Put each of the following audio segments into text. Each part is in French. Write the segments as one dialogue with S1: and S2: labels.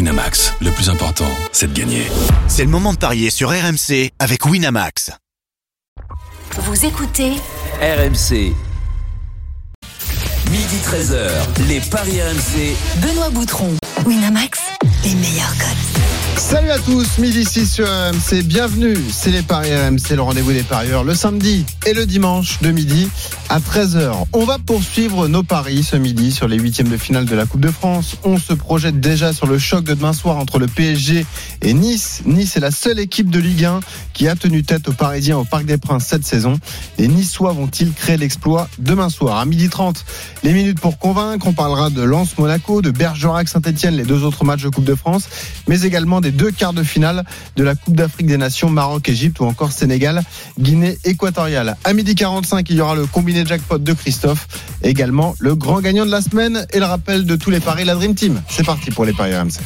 S1: Winamax, le plus important, c'est de gagner.
S2: C'est le moment de parier sur RMC avec Winamax.
S3: Vous écoutez
S4: RMC. Midi 13h, les Paris RMC.
S3: Benoît Boutron. Winamax, les meilleurs codes.
S5: Salut à tous, midi 6 sur RMC, bienvenue, c'est les Paris RMC, le rendez-vous des parieurs, le samedi et le dimanche de midi à 13h. On va poursuivre nos paris ce midi sur les huitièmes de finale de la Coupe de France. On se projette déjà sur le choc de demain soir entre le PSG et Nice. Nice est la seule équipe de Ligue 1 qui a tenu tête aux Parisiens au Parc des Princes cette saison. Les Niçois vont-ils créer l'exploit demain soir À midi 30, les minutes pour convaincre, on parlera de Lens-Monaco, de Bergerac-Saint-Etienne, les deux autres matchs de Coupe de France, mais également des deux quarts de finale de la Coupe d'Afrique des Nations, Maroc-Égypte ou encore Sénégal, Guinée équatoriale. À midi 45, il y aura le combiné jackpot de Christophe, également le grand gagnant de la semaine et le rappel de tous les paris, la Dream Team. C'est parti pour les paris RMC.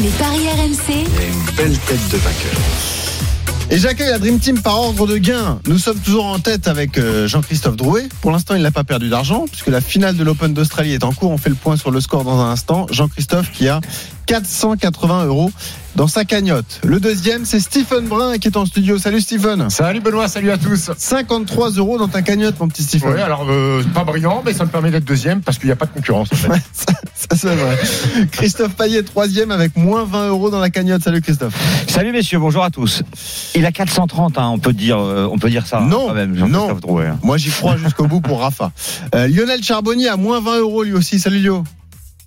S3: Les paris RMC,
S5: Et j'accueille la Dream Team par ordre de gain. Nous sommes toujours en tête avec euh, Jean-Christophe Drouet. Pour l'instant, il n'a pas perdu d'argent puisque la finale de l'Open d'Australie est en cours. On fait le point sur le score dans un instant. Jean-Christophe qui a 480 euros dans sa cagnotte. Le deuxième, c'est Stephen Brun qui est en studio. Salut Stephen.
S6: Salut Benoît, salut à tous.
S5: 53 euros dans ta cagnotte, mon petit Stephen.
S6: Ouais, alors euh, pas brillant, mais ça me permet d'être deuxième parce qu'il n'y a pas de concurrence. En fait.
S5: ça, ça, c'est vrai. Christophe Payet, troisième avec moins 20 euros dans la cagnotte. Salut Christophe.
S7: Salut messieurs, bonjour à tous. Il a 430, hein, on peut dire, euh, on peut dire ça.
S5: Non,
S7: quand même, Jean-Christophe
S5: non.
S7: Drouet, hein.
S5: Moi, j'y crois jusqu'au bout pour Rafa. Euh, Lionel Charbonnier à moins 20 euros lui aussi. Salut Lio.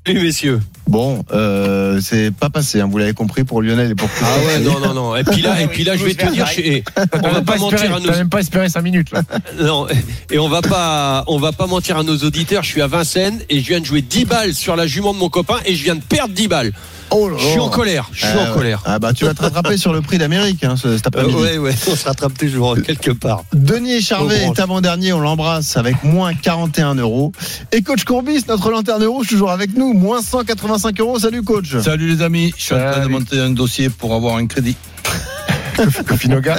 S8: Salut messieurs.
S5: Bon, euh, c'est pas passé, hein, vous l'avez compris pour Lionel et pour
S8: Ah ouais, non, non, non. Et puis
S6: Ah
S8: là, et puis là je vais te dire, je- eh, on va
S6: T'as
S8: pas
S6: même,
S8: mentir à
S6: espéré-
S8: nos,
S6: t'as même pas espéré 5 minutes là.
S8: non, et on va pas, on va pas mentir à nos auditeurs. Je suis à Vincennes et je viens de jouer 10 balles sur la jument de mon copain et je viens de perdre 10 balles.
S5: Oh là
S8: Je suis
S5: là.
S8: en colère. Je suis
S5: Ah
S8: en
S5: ouais.
S8: colère.
S5: Ah bah tu vas te rattraper sur le prix d'Amérique hein, ce- cet
S8: Euh,
S5: après-midi.
S8: ouais, ouais, on se rattrape toujours quelque part.
S5: Denis Charvet
S8: Au branche.
S5: est avant-dernier, on l'embrasse avec moins 41 euros. Et coach Courbis, notre lanterne rouge, toujours avec nous, moins 185 euros. Salut coach.
S9: Salut les amis, je suis en train de
S6: Salut.
S9: monter un dossier pour avoir un crédit.
S6: Cofinoga,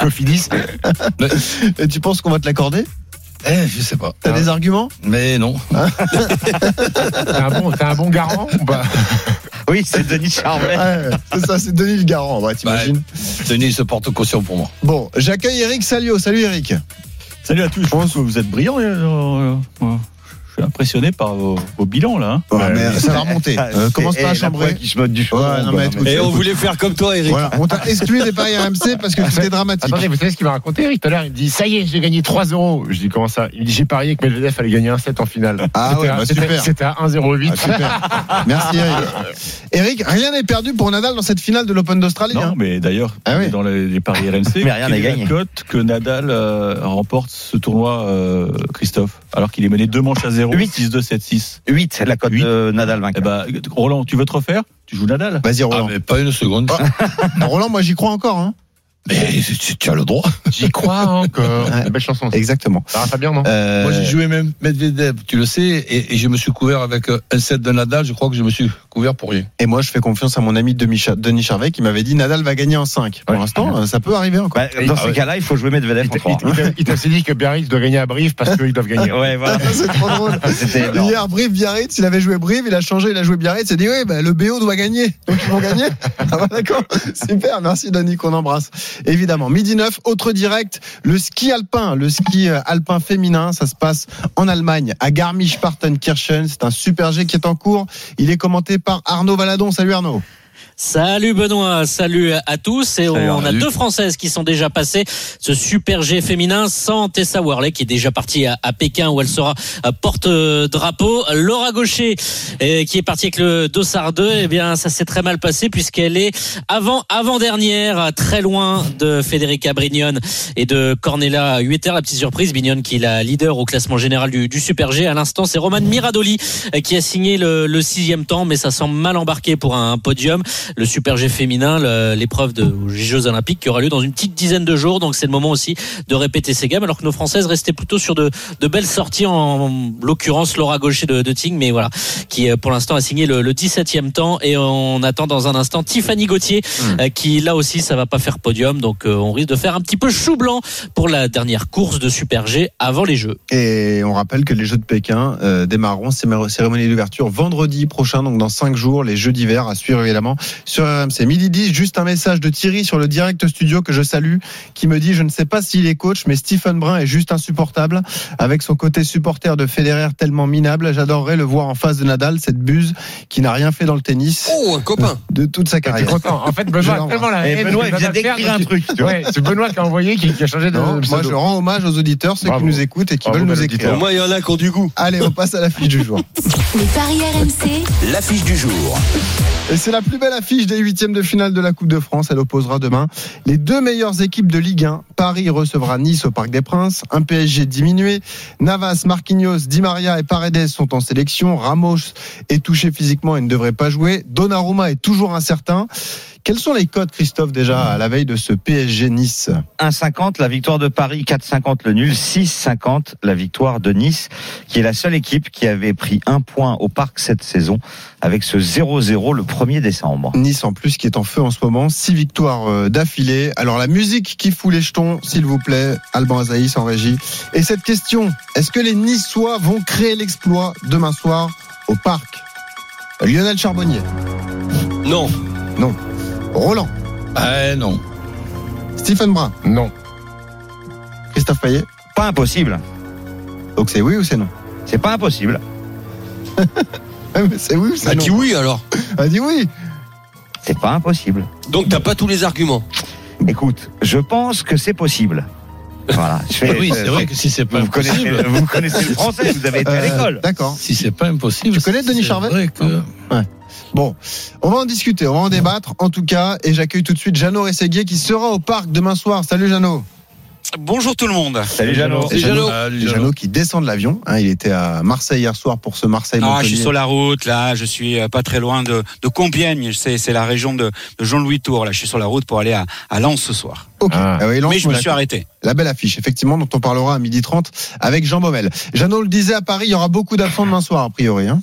S6: Cofidis.
S5: Et tu penses qu'on va te l'accorder
S9: Eh, je sais pas.
S5: T'as
S6: Ah.
S5: des arguments
S9: Mais non.
S6: T'es un, bon, t'es un bon garant ou pas
S7: Oui, c'est Denis Charvet.
S5: Ouais, c'est ça, c'est Denis le garant, ouais, t'imagines
S9: Denis se porte caution pour moi.
S5: Bon, j'accueille Eric Salio. Salut Eric.
S10: Salut à tous. Je pense que vous êtes brillants. euh, euh, euh, je suis impressionné par vos, vos bilans là. hein.
S5: Oh,
S10: Ah,
S5: ça va remonter. Euh, commence
S7: C'est-
S5: pas à
S7: eh, la
S5: chambrer.
S7: preuve qu'il se moque du
S5: Ouais,
S7: champ.
S5: non, mais écoute,
S9: Eh,
S8: Et on
S5: écoute,
S8: voulait faire comme toi, Eric.
S5: voilà, on t'a exclu des paris RMC parce que c'était dramatique.
S6: Ah, Attendez, vous savez ce qu'il m'a raconté Eric tout à l'heure Il me dit Ça y est, j'ai gagné 3 euros. Je dis Comment ça Il me dit J'ai parié que Medvedev allait gagner un 7 en finale.
S5: Ah
S6: C'était
S5: ouais,
S6: à-
S5: bah
S6: c'était-
S5: super.
S6: C'était à 1,08.
S5: Ah, super. Merci Eric. Eric, rien n'est perdu pour Nadal dans cette finale de l'Open d'Australie.
S10: Non,
S5: hein.
S10: mais d'ailleurs,
S5: Ah oui.
S10: dans les, les paris RMC,
S7: Mais rien
S10: quelle
S7: n'est
S10: est la
S7: gagné.
S10: cote que Nadal euh, remporte ce tournoi, euh, Christophe, alors qu'il est mené deux manches à zéro,
S7: Huit.
S10: 6-2, 7-6.
S7: 8, la cote
S10: Huit.
S7: de Nadal
S10: Eh
S7: vainqueur.
S10: ben, Roland, tu veux te refaire Tu joues Nadal
S5: Vas-y
S9: Ah,
S5: Roland. Ah.
S9: mais pas une seconde.
S5: Roland, moi j'y crois encore. hein.
S9: Mais tu, tu as le droit.
S6: J'y crois encore.
S5: Ouais.
S6: Belle chanson.
S5: Exactement.
S6: Ça va bien, non
S5: Euh,
S9: Moi, j'ai joué même Medvedev, tu le sais, et, et je me suis couvert avec euh, un set de Nadal. Je crois que je me suis couvert pour rien.
S5: et moi je fais confiance à mon ami Demi- Cha- Denis Charvet qui m'avait dit Nadal va gagner en 5. Pour
S7: Ouais.
S5: l'instant, euh, ça peut arriver encore.
S7: Ouais, dans ces cas-là, il faut jouer Medvedev en
S6: Ah Il t'a-
S7: 3.
S6: il t'a- Il t'a aussi dit que Biarritz doit gagner à Brive parce qu'ils doivent gagner.
S7: Ouais, voilà.
S5: Ah, C'est trop drôle.
S7: C'était énorme.
S5: Hier, Brive Biarritz, il avait joué Brive, il a changé, il a joué Biarritz, il a dit oui, bah, le BO doit gagner. Donc ils vont gagner. Ah bah, d'accord. Super, merci Denis, qu'on embrasse. Évidemment. Midi 9, autre direct, le ski alpin, le ski euh, alpin féminin, ça se passe en Allemagne, à Garmisch-Partenkirchen. C'est un super G qui est en cours. Il est commenté par Arnaud Valadon. Salut Arnaud.
S11: Salut Benoît, salut à tous. Et on a deux Françaises qui sont déjà passées ce super G féminin sans Tessa Worley qui est déjà partie à, à Pékin où elle sera euh, porte-drapeau. Laura Gaucher euh, qui est partie avec le Dossard 2, eh bien ça s'est très mal passé puisqu'elle est avant avant dernière, très loin de Federica Brignon et de Cornella Hueter. La petite surprise, Brignon qui est la leader au classement général du, du super G. À l'instant, c'est Roman Miradoli euh, qui a signé le, le sixième temps, mais ça semble mal embarqué pour un podium. le Super G féminin, le- l'épreuve de aux Jeux Olympiques qui aura lieu dans une petite dizaine de jours. Donc c'est le moment aussi de répéter ses gammes, alors que nos Françaises restaient plutôt sur de, de belles sorties, en l'occurrence Laura Gaucher de, de Ting, mais voilà, qui euh, pour l'instant a signé le, le 17e temps. Et on attend dans un instant Tiffany Gauthier, euh, qui là aussi, ça va pas faire podium. Donc euh, on risque de faire un petit peu chou blanc pour la dernière course de Super G avant les Jeux.
S5: Et on rappelle que les Jeux de Pékin euh, démarreront cémé- cérémonie d'ouverture vendredi prochain, donc dans 5 jours, les Jeux d'hiver à suivre évidemment sur RMC. Midi 10, juste un message de Thierry sur le direct studio que je salue, qui me dit, je ne sais pas s'il est coach, mais Stephen Brun est juste insupportable, avec son côté supporter de Federer tellement minable, j'adorerais le voir en face de Nadal, cette buse qui n'a rien fait dans le tennis Euh,
S8: Oh, un copain.
S5: de toute sa carrière.
S6: Content. En fait,
S5: Je
S6: Benoît a
S5: l'embrasse.
S6: tellement la
S7: Et
S6: haine
S7: Eh, Benoît,
S6: que
S7: il vient
S6: Bernard
S7: d'écrire
S6: Père-
S7: un truc, tu vois.
S6: Ouais, c'est Benoît qui a envoyé, qui, qui a changé de.
S5: Non,
S6: de
S5: moi
S6: pseudo.
S5: je rends hommage aux auditeurs, ceux
S6: Bravo.
S5: qui nous écoutent et qui
S6: Bravo,
S5: veulent nous
S6: madame
S5: écrire.
S8: Au moins, il y en a qui ont du goût.
S5: Allez, on passe à la fiche du jour.
S3: Les paris RMC,
S4: L'affiche du jour.
S5: Et c'est la plus belle affiche des huitièmes de finale de la Coupe de France. Elle opposera demain les deux meilleures équipes de Ligue 1. Paris recevra Nice au Parc des Princes. Un PSG diminué. Navas, Marquinhos, Di Maria et Paredes sont en sélection. Ramos est touché physiquement et ne devrait pas jouer. Donnarumma est toujours incertain. Quels sont les codes, Christophe, déjà à la veille de ce PSG Nice
S7: 1,50 la victoire de Paris, 4,50 le nul, 6,50 la victoire de Nice, qui est la seule équipe qui avait pris un point au parc cette saison avec ce 0-0 le 1er décembre.
S5: Nice en plus qui est en feu en ce moment. Six victoires euh, d'affilée. Alors la musique qui fout les jetons, s'il vous plaît, Alban Azaïs en régie. Et cette question, est-ce que les Niçois vont créer l'exploit demain soir au parc Lionel Charbonnier,
S8: Non.
S5: Roland,
S9: Ah non.
S5: Stephen Brun,
S6: Non.
S5: Christophe Payet.
S7: Pas impossible,
S5: Donc c'est oui ou c'est non
S7: c'est pas impossible.
S5: Ouais, mais C'est oui ou c'est
S8: Ah,
S5: non
S8: dis oui alors.
S5: Ah, dis oui
S7: C'est pas impossible.
S8: Donc, t'as pas tous les arguments.
S7: Écoute, je pense que c'est possible. Voilà, je fais-
S9: Oui, c'est vrai que si c'est pas
S7: Vous connaissez,
S9: impossible.
S7: vous connaissez le français, vous avez été à
S5: Euh,
S7: l'école.
S5: D'accord.
S9: Si c'est pas impossible.
S5: Tu connais Denis
S9: c'est
S5: Charvet
S9: vrai que-
S5: Non. Bon, on va en discuter, on va en débattre en tout cas. Et j'accueille tout de suite Jeannot Rességuier qui sera au parc demain soir. Salut Jeannot
S10: Bonjour tout le monde.
S7: Salut Jeannot.
S8: C'est Jeannot.
S9: Ah,
S5: Et Jeannot qui descend de l'avion. hein, il était à Marseille hier soir pour ce Marseille.
S10: Ah, je suis
S5: Montpellier.
S10: sur la route là, je suis euh, pas très loin de, de Compiègne, c'est c'est la région de, de Jean-Louis Tour là, je suis sur la route pour aller à, à Lens ce soir.
S5: Ok.
S6: Ah.
S5: Ah oui, Lens,
S10: Mais je me
S5: Monaco.
S10: suis arrêté.
S5: La belle affiche, effectivement, dont on parlera à 12h30 avec Jean Baumel. Jeannot le disait à Paris, il y aura beaucoup d'absents demain soir, a priori. hein.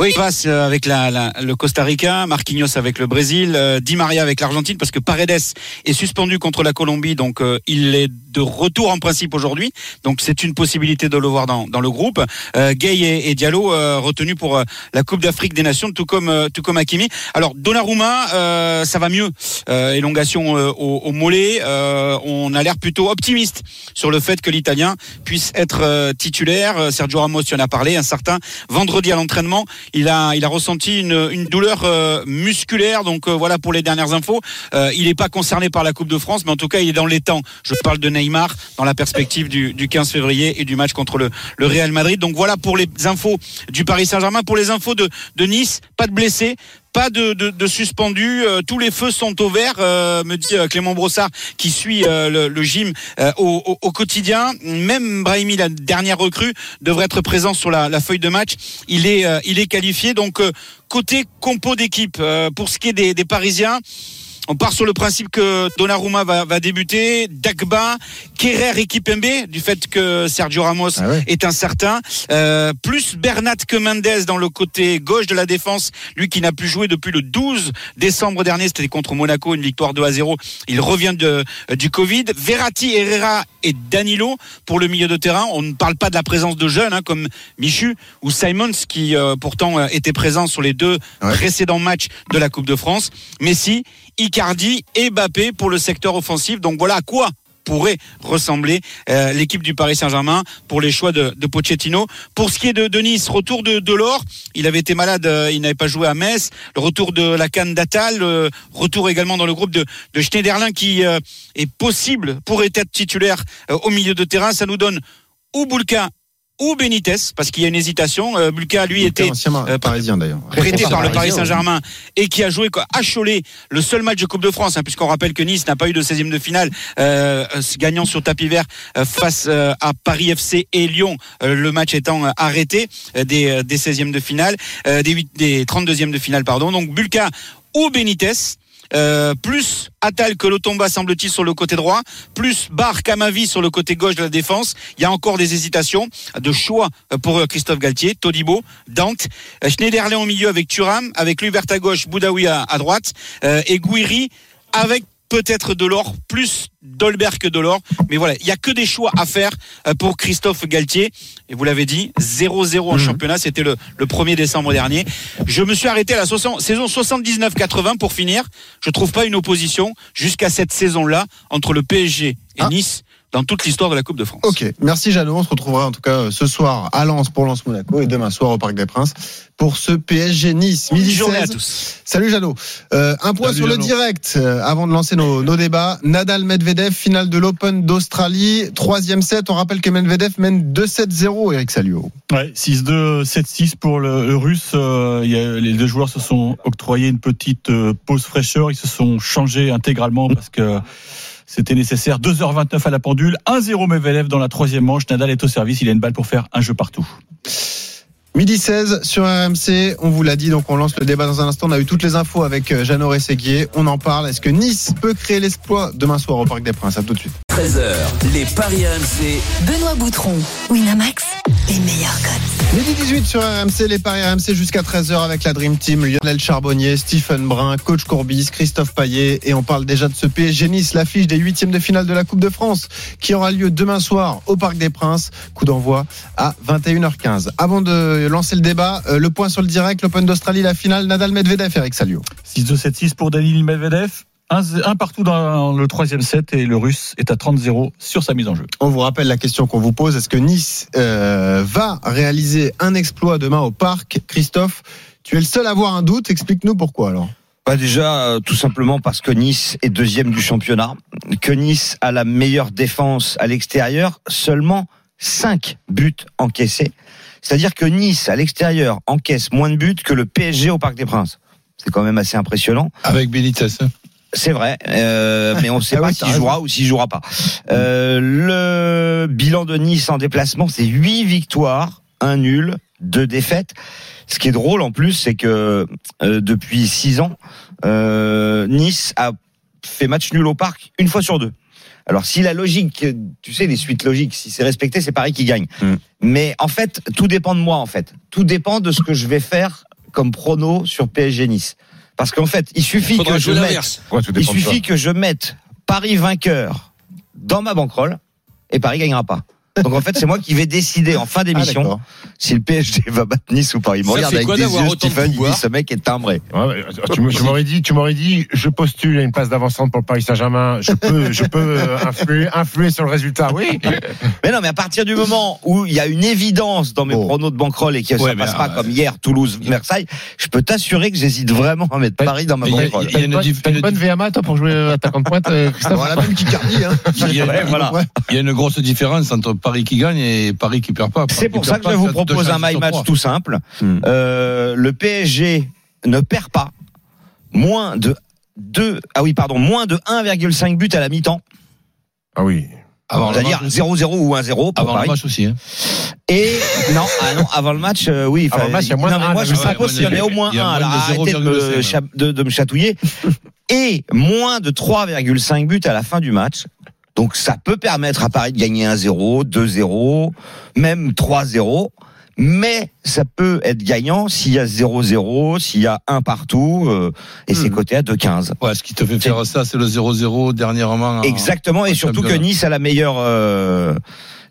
S10: Oui, il passe euh, avec la, la- le Costa Rica, Marquinhos avec le Brésil, euh, Di Maria avec l'Argentine, parce que Paredes est suspendu contre la Colombie, donc euh, il est de retour en principe aujourd'hui, donc c'est une possibilité de le voir dans, dans le groupe. Euh, Gay et, et Diallo euh, retenus pour euh, la Coupe d'Afrique des Nations, tout comme euh, tout comme Hakimi. Alors Donnarumma, euh, ça va mieux, Euh, élongation euh, au, au mollet, Euh, on a l'air plutôt optimiste sur le fait que l'Italien puisse être euh, titulaire. Euh, Sergio Ramos, tu en as parlé, un certain vendredi à l'entraînement, il a il a ressenti une, une douleur euh, musculaire. Donc euh, voilà pour les dernières infos. Euh, il n'est pas concerné par la Coupe de France, mais en tout cas il est dans les temps. Je parle de Neymar dans la perspective du, du 15 février et du match contre le, le Real Madrid. Donc voilà pour les infos du Paris Saint-Germain. Pour les infos de, de Nice, pas de blessés. Pas de, de, de suspendus, euh, tous les feux sont au vert, euh, me dit euh, Clément Brossard qui suit euh, le, le gym euh, au, au- au quotidien. Même Brahimi, la dernière recrue, devrait être présent sur la, la feuille de match il est, euh, il est qualifié. Donc, euh, côté compo d'équipe, euh, pour ce qui est des, des Parisiens, on part sur le principe que Donnarumma va, va débuter, Dagba, Kerrer et Kipembe, du fait que Sergio Ramos
S5: Ah ouais.
S10: est incertain, euh, plus Bernat que Mendes dans le côté gauche de la défense, lui qui n'a plus joué depuis le 12 décembre dernier, c'était contre Monaco, une victoire 2 à 0, il revient de, euh, du Covid, Verratti, Herrera et Danilo pour le milieu de terrain, on ne parle pas de la présence de jeunes hein, comme Michu ou Simons qui euh, pourtant euh, était présent sur les deux
S5: Ouais.
S10: précédents matchs de la Coupe de France, Messi, Icardi et Mbappé pour le secteur offensif. Donc voilà à quoi pourrait ressembler euh, l'équipe du Paris Saint-Germain pour les choix de, de Pochettino. Pour ce qui est de, de Nice, retour de, de l'or, il avait été malade, euh, il n'avait pas joué à Metz, le retour de la canne d'Atal, le retour également dans le groupe de, de Schneiderlin qui euh, est possible, pourrait être titulaire euh, au milieu de terrain. Ça nous donne ou Boulka ou Benitez, parce qu'il y a une hésitation. Euh, Bulka, lui,
S5: Il
S10: était
S5: était ancien mar-
S10: euh,
S5: parisien d'ailleurs.
S10: prêté par le Paris
S11: oui.
S10: Saint-Germain et qui a joué quoi, à Cholet le seul match de Coupe de France, hein, puisqu'on rappelle que Nice n'a pas eu de 16e de finale, euh, euh, gagnant sur tapis vert euh, face euh, à Paris FC et Lyon, euh, le match étant euh, arrêté euh, des, euh, des 16e de finale, euh, des, huit- des 32e de finale, pardon. Donc Bulka. ou Benitez. Euh, plus Attal que Lotomba semble-t-il sur le côté droit, plus Barre Kamavi sur le côté gauche de la défense. Il y a encore des hésitations de choix pour euh, Christophe Galtier, Todibo, Dante, euh, Schneiderlin au milieu avec Thuram, avec Lubert à gauche, Boudaoui à, à droite, euh, et Gouiri avec peut-être Delors, plus Dolberg que Delors. Mais voilà, il n'y a que des choix à faire euh, pour Christophe Galtier. Et vous l'avez dit, 0-0 en
S5: Mhm.
S10: championnat, c'était le, le 1er décembre dernier. Je me suis arrêté à la 60 saison 79-80 pour finir. Je trouve pas une opposition jusqu'à cette saison-là entre le PSG et
S5: Ah.
S10: Nice dans toute l'histoire de la Coupe de France.
S5: Ok, merci Jeannot. On se retrouvera en tout cas euh, ce soir à Lens pour Lens Monaco et demain soir au Parc des Princes pour ce PSG Nice.
S10: Bonne
S5: Midi
S10: journée
S5: 16.
S10: à tous.
S5: Salut Jeannot. Euh, un point
S9: Salut,
S5: sur le
S9: Jeannot.
S5: direct euh, avant de lancer nos, nos débats. Nadal Medvedev, finale de l'Open d'Australie, troisième set. On rappelle que Medvedev mène 2-7-0, Eric Salio.
S12: Ouais, 6-2, 7-6 pour le, le russe. Euh, il y a- les deux joueurs se sont octroyés une petite euh, pause fraîcheur. Ils se sont changés intégralement parce que c'était nécessaire. 2h29 à la pendule. 1-0 Medvedev dans la troisième manche. Nadal est au service. Il a une balle pour faire un jeu partout.
S5: Midi 16 sur RMC, on vous l'a dit, donc on lance le débat dans un instant. On a eu toutes les infos avec euh, Jeannot Rességuier. On en parle. Est-ce que Nice peut créer l'exploit demain soir au Parc des Princes À tout de suite.
S4: 13h, les Paris RMC.
S3: Benoît Boutron, Winamax, les meilleurs cotes.
S5: Midi 18 sur RMC, les paris RMC jusqu'à 13h avec la Dream Team, Lionel Charbonnier, Stephen Brun, Coach Courbis, Christophe Paillet. Et on parle déjà de ce PSG Nice, l'affiche des huitièmes de finale de la Coupe de France qui aura lieu demain soir au Parc des Princes. Coup d'envoi à 21h15. Avant de lancer le débat, euh, le point sur le direct, l'Open d'Australie, la finale, Nadal Medvedev, Eric Salio.
S12: 6-2-7-6 pour Danil Medvedev. Un, un partout dans le troisième set et le russe est à 30-0 sur sa mise en jeu.
S5: On vous rappelle la question qu'on vous pose. Est-ce que Nice euh, va réaliser un exploit demain au Parc Christophe, tu es le seul à avoir un doute. Explique-nous pourquoi alors.
S7: Bah déjà, euh, tout simplement parce que Nice est deuxième du championnat, que Nice a la meilleure défense à l'extérieur, seulement 5 buts encaissés. C'est-à-dire que Nice, à l'extérieur, encaisse moins de buts que le PSG au Parc des Princes. C'est quand même assez impressionnant.
S9: Avec Benitez. hein.
S7: C'est vrai, euh, mais on ne sait
S5: Ah
S7: pas
S5: oui,
S7: s'il
S5: t'as raison.
S7: jouera ou s'il jouera pas. Euh, le bilan de Nice en déplacement, c'est huit victoires, un nul, deux défaites. Ce qui est drôle en plus, c'est que euh, depuis six ans, euh, Nice a fait match nul au parc une fois sur deux. Alors si la logique, tu sais, les suites logiques, si c'est respecté, c'est Paris qui gagne.
S5: Mm.
S7: Mais en fait, tout dépend de moi, en fait. Tout dépend de ce que je vais faire comme prono sur PSG Nice. Parce qu'en fait, il suffit
S8: Faudra
S7: que je
S8: jouer
S7: mette
S8: l'inverse.
S6: Ouais, tout
S7: il
S6: dépend de toi.
S7: suffit que je mette Paris vainqueur dans ma banquerolle et Paris gagnera pas. Donc en fait, c'est moi qui vais décider en fin
S6: Ah,
S7: d'émission
S5: d'accord.
S7: si le PSG va battre Nice ou Paris. Il me
S8: Ça
S7: regarde
S8: fait
S7: avec
S8: quoi
S7: des
S8: d'avoir
S7: yeux,
S8: autant de
S7: Stephen, il
S8: pouvoir
S7: dit ce mec est timbré.
S6: Ouais, ouais, tu me- je m'aurais dit, tu m'aurais dit, je postule à une passe d'avancante pour le Paris Saint-Germain. Je peux, je peux euh, influer, influer sur le résultat. Oui.
S7: Mais non, mais à partir du moment où il y a une évidence dans mes
S5: Bon.
S7: pronos de banquerolle et que ça
S9: Oh. Ouais, mais euh,
S7: passe pas
S9: là,
S7: comme hier Toulouse Versailles, je peux t'assurer que j'hésite vraiment à mettre Paris dans ma
S9: Mais il y a-
S7: banquerolle.
S9: il y a une
S6: T'as
S9: diff-
S6: t'as
S9: une
S6: bonne VMA toi pour jouer euh, attaquant de pointe, euh, Christophe.
S5: Alors, la même qui cardie, hein.
S9: Il y a-
S7: Ouais, voilà.
S9: Il y a une grosse différence entre Paris qui gagne et Paris qui perd pas. Paris
S7: C'est pour
S9: qui
S7: ça
S9: perd
S7: que je
S9: pas,
S7: vous
S9: ça te
S7: propose un
S9: change
S7: my
S9: sur
S7: match
S9: trois.
S7: tout simple.
S5: Hmm.
S7: Euh, le PSG ne perd pas moins de 2 ah oui pardon moins de 1,5 but à la mi-temps,
S6: Ah oui.
S9: Avant le
S7: c'est-à-dire
S9: match-
S7: 0-0 ou 1-0 pour
S9: Avant le
S7: Paris.
S9: match aussi. hein.
S7: Et non, ah non, avant le match euh, oui,
S6: Avant le match, il y a moins
S7: non,
S6: de
S7: mais
S6: un,
S7: moi
S6: là,
S7: je
S9: ouais,
S7: propose qu'il y
S9: ouais,
S7: en ait au
S9: il y a
S7: moins
S9: moins
S7: un alors
S9: de
S7: arrêtez de me,
S9: 0,5,
S7: cha- de- de me chatouiller et moins de 3,5 buts à la fin du match. Donc ça peut permettre à Paris de gagner 1-0, 2-0, même 3-0. Mais ça peut être gagnant s'il y a 0-0, s'il y a un partout, euh, et c'est coté à 2-15.
S9: Ouais, ce qui te fait faire ça, c'est le 0-0 dernièrement. en-
S7: Exactement, et surtout que
S9: championnat.
S7: Nice a la meilleure, euh,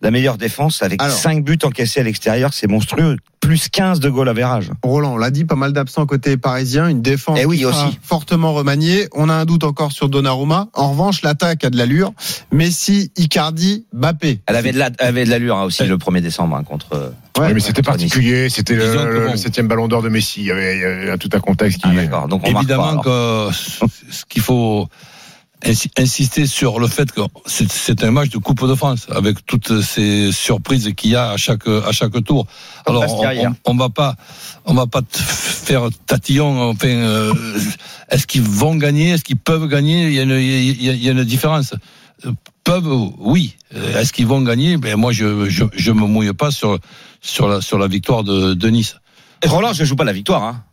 S7: la meilleure défense avec
S5: Alors.
S7: 5 buts encaissés à l'extérieur, c'est monstrueux. Plus 15 de goal à verrage.
S5: Roland, on l'a dit, pas mal d'absents côté parisien, une défense
S7: Eh oui,
S5: qui sera
S7: aussi.
S5: fortement remaniée. On a un doute encore sur Donnarumma. En revanche, l'attaque a de l'allure. Messi, Icardi, Bappé.
S7: Elle avait de la- elle avait de l'allure hein, aussi le 1er décembre hein, contre.
S5: Ouais,
S6: Oui, mais c'était particulier. C'était le,
S9: Disons que
S6: le-
S9: bon.
S6: le septième Ballon d'Or de Messi. Il y avait, il y avait tout un contexte qui.
S7: Ah, d'accord. Donc on marque pas,
S9: Évidemment
S7: alors.
S9: que ce qu'il faut insi- insister sur le fait que c'est- c'est un match de Coupe de France avec toutes ces surprises qu'il y a à chaque à chaque tour.
S7: Comme
S9: Alors on,
S7: Bastia hier.
S9: on- on va pas on va pas te faire tatillon. Enfin, euh, est-ce qu'ils vont gagner Est-ce qu'ils peuvent gagner Il y a une il y a- il y a une différence. Euh, Peuvent, oui. Euh, Est-ce qu'ils vont gagner Ben moi je, je je me mouille pas sur sur la sur la victoire de, de Nice.
S7: Roland, je joue pas la victoire. Hein.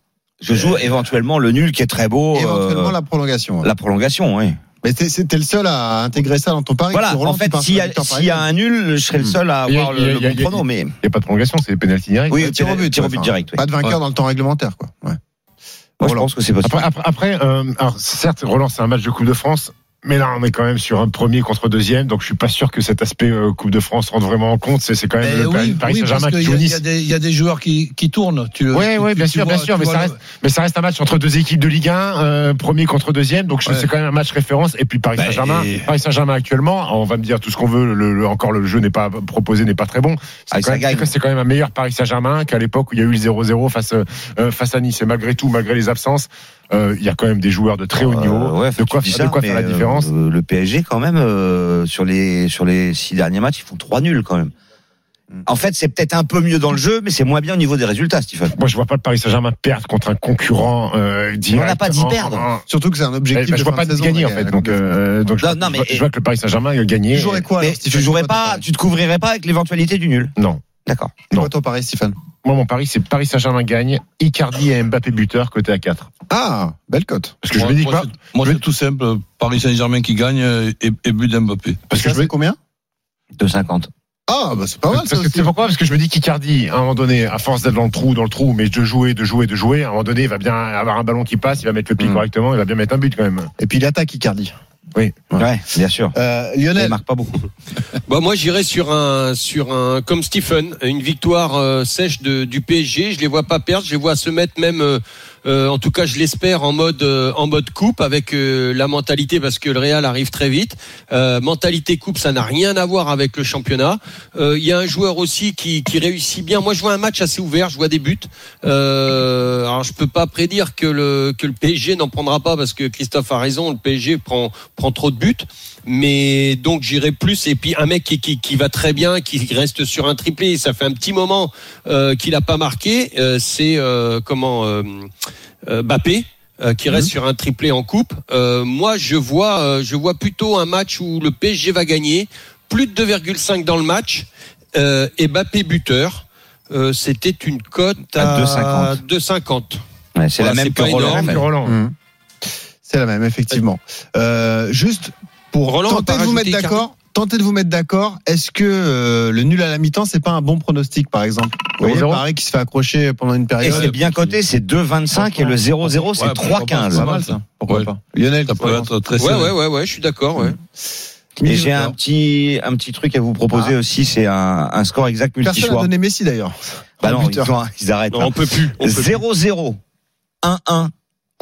S7: Je joue éventuellement le nul qui est très beau.
S5: Euh, Éventuellement
S7: euh,
S5: la prolongation.
S7: La prolongation, oui.
S5: Mais t'es- c'était le seul à intégrer ça dans ton pari.
S7: Voilà,
S5: parce que Roland,
S7: en
S5: tu
S7: fait,
S5: pars
S7: s'il y,
S5: sur
S7: a-
S5: le victoire par
S7: s'il y a
S5: exemple.
S7: un nul, je serai le seul à
S6: Mm. Il y a-
S7: avoir
S6: il y a-
S7: le,
S6: il y a-
S7: le bon pronom, mais
S6: Il n'y a pas de prolongation, c'est pénalty direct.
S7: oui,
S5: Ouais, tir au but,
S7: tir au
S5: ouais,
S7: but
S5: enfin,
S7: direct. oui.
S5: Pas de vainqueur
S6: Ouais.
S5: dans le temps réglementaire, quoi. Ouais.
S7: Moi, je
S6: Roland.
S7: pense que c'est possible.
S6: Après, après, après, euh, alors certes, Roland, c'est un match de Coupe de France. Mais là, on est quand même sur un premier contre deuxième, donc je suis pas sûr que cet aspect euh, Coupe de France rentre vraiment en compte. C'est c'est quand même
S9: Mais
S6: le Paris-
S9: Eh Ben oui,
S6: Paris
S9: oui, parce
S6: Saint-Germain qui
S9: qu'il y
S6: joue
S9: a- il y,
S6: Nice.
S9: a des- il y a des joueurs qui, qui tournent. Tu, le-
S6: Ouais,
S9: tu-
S6: ouais, bien
S9: tu
S6: sûr, bien
S9: vois-
S6: sûr,
S9: tu
S6: mais
S9: vois
S6: ça
S9: le-
S6: reste, mais ça reste un match entre deux équipes de Ligue 1, euh, premier contre deuxième, donc je-
S9: Ouais.
S6: c'est quand même un match référence. Et puis Paris
S7: Ben,
S9: Bah,
S6: Saint-Germain,
S9: et-
S6: Paris Saint-Germain actuellement, on va me dire tout ce qu'on veut, le, le- encore le jeu n'est pas proposé, n'est pas très bon. C'est
S7: Ah,
S6: quand,
S7: ça
S6: même-
S7: gagne.
S6: c'est quand même un meilleur Paris Saint-Germain qu'à l'époque où il y a eu le 0-0 face euh, face à Nice. Et malgré tout, malgré les absences, euh, il y a quand même des joueurs de très haut
S7: Euh,
S6: niveau.
S7: ouais,
S6: de quoi,
S7: tu dis
S6: de
S7: ça,
S6: quoi faire la
S7: mais, euh,
S6: différence.
S7: le PSG, quand même, euh, sur, les, sur les six derniers matchs, ils font trois nuls quand même.
S5: Mm.
S7: En fait, c'est peut-être un peu mieux dans le jeu, mais c'est moins bien au niveau des résultats, Stephen.
S6: Moi, je vois pas le Paris Saint-Germain perdre contre un concurrent euh, direct.
S7: on n'a pas dit
S6: en-
S7: perdre.
S6: en-
S5: Surtout que c'est un
S6: Eh
S5: objectif.
S6: ben, je
S5: de
S6: vois
S5: fin
S6: pas
S5: de
S6: de
S5: saison,
S6: gagner
S5: la
S6: en
S5: Ligue
S6: fait.
S5: 1.
S6: Donc, euh, donc je,
S7: Non,
S6: vois-
S7: non,
S6: je
S7: mais-
S6: vois, je vois que le Paris Saint-Germain a gagné.
S5: Tu jouerais quoi
S7: mais
S5: alors, Stephen
S7: tu jouerais
S5: C'est quoi ton
S7: pas,
S5: pari
S7: Ah, tu te couvrirais pas avec l'éventualité du nul.
S6: Non.
S7: D'accord.
S5: C'est quoi ton pari, Stéphane
S6: Moi, mon pari, c'est Paris Saint-Germain gagne, Icardi et Mbappé buteur, côté à 4.
S5: Ah, belle cote.
S6: Parce que
S9: Moi,
S6: je me dis que
S9: moi,
S6: pas-
S9: c'est- Moi,
S6: je-
S9: c'est tout simple. Paris Saint-Germain qui gagne euh, et, et but d'Mbappé.
S6: parce que
S5: Ça,
S6: je me-
S5: c'est combien
S7: 2,50.
S5: Ah, bah c'est pas mal
S6: parce
S5: ça
S6: que
S5: aussi.
S6: tu sais pourquoi Parce que je me dis qu'Icardi, à un moment donné, à force d'être dans le trou, dans le trou, mais de jouer, de jouer, de jouer, à un moment donné, il va bien avoir un ballon qui passe, il va mettre le pied
S7: Mm.
S6: correctement, il va bien mettre un but quand même.
S5: Et puis il attaque Icardi.
S7: Ouais, bien sûr.
S5: Euh,
S7: Il
S5: Lionel,
S7: marque pas beaucoup.
S8: Bah moi j'irais sur un sur un comme Stephen une victoire euh, sèche de, du PSG. Je les vois pas perdre, je les vois se mettre même euh, euh, en tout cas je l'espère en mode euh, en mode coupe avec euh, la mentalité parce que le Real arrive très vite. Euh, mentalité coupe ça n'a rien à voir avec le championnat. Euh, Il y a un joueur aussi qui, qui réussit bien. Moi je vois un match assez ouvert, je vois des buts. Euh, alors je peux pas prédire que le que le PSG n'en prendra pas parce que Christophe a raison, le PSG prend prend trop de buts mais donc j'irai plus et puis un mec qui, qui, qui va très bien qui reste sur un triplé ça fait un petit moment euh, qu'il n'a pas marqué euh, c'est euh, comment euh, euh, Bappé euh, qui reste sur un triplé en coupe Euh, moi je vois euh, je vois plutôt un match où le PSG va gagner plus de 2,5 dans le match euh, et Bappé buteur Euh, c'était une cote
S7: À
S8: à
S7: 2,50.
S8: 2,50
S7: Ouais, c'est
S8: Ouais,
S7: la
S8: c'est
S7: même que
S8: pas énorme.
S7: Roland. en fait. Mm.
S6: Que Roland.
S5: Mhm. C'est la même, effectivement. Euh, juste pour
S8: Roland, on va
S5: tenter de
S8: pas
S5: vous mettre
S8: rajouter
S5: d'accord. Tentez de vous mettre d'accord. Est-ce que euh, le nul à la mi-temps, c'est pas un bon pronostic, par exemple Vous voyez,
S6: 0-0.
S5: pareil, qui se fait accrocher pendant une
S7: Et
S5: période.
S7: c'est bien coté, c'est 2,25 et le 0,0 c'est
S9: Ouais,
S5: C'est pas
S7: 3,15.
S5: mal, ça. Pourquoi
S9: Ouais.
S5: pas Lionel,
S9: Ça
S5: t'as
S9: peut
S5: pas
S9: être très
S8: ouais
S9: serré.
S8: ouais ouais ouais je suis d'accord ouais.
S7: Et j'ai un petit un petit truc à vous proposer aussi, c'est un, un score exact multi
S5: Ah. Personne n'a
S7: choix.
S5: donné Messi d'ailleurs.
S7: Bah non, ils,
S5: buteur.
S7: ont- ils arrêtent. hein.
S8: Non, on peut plus on peut plus.
S7: 0-0, 1-1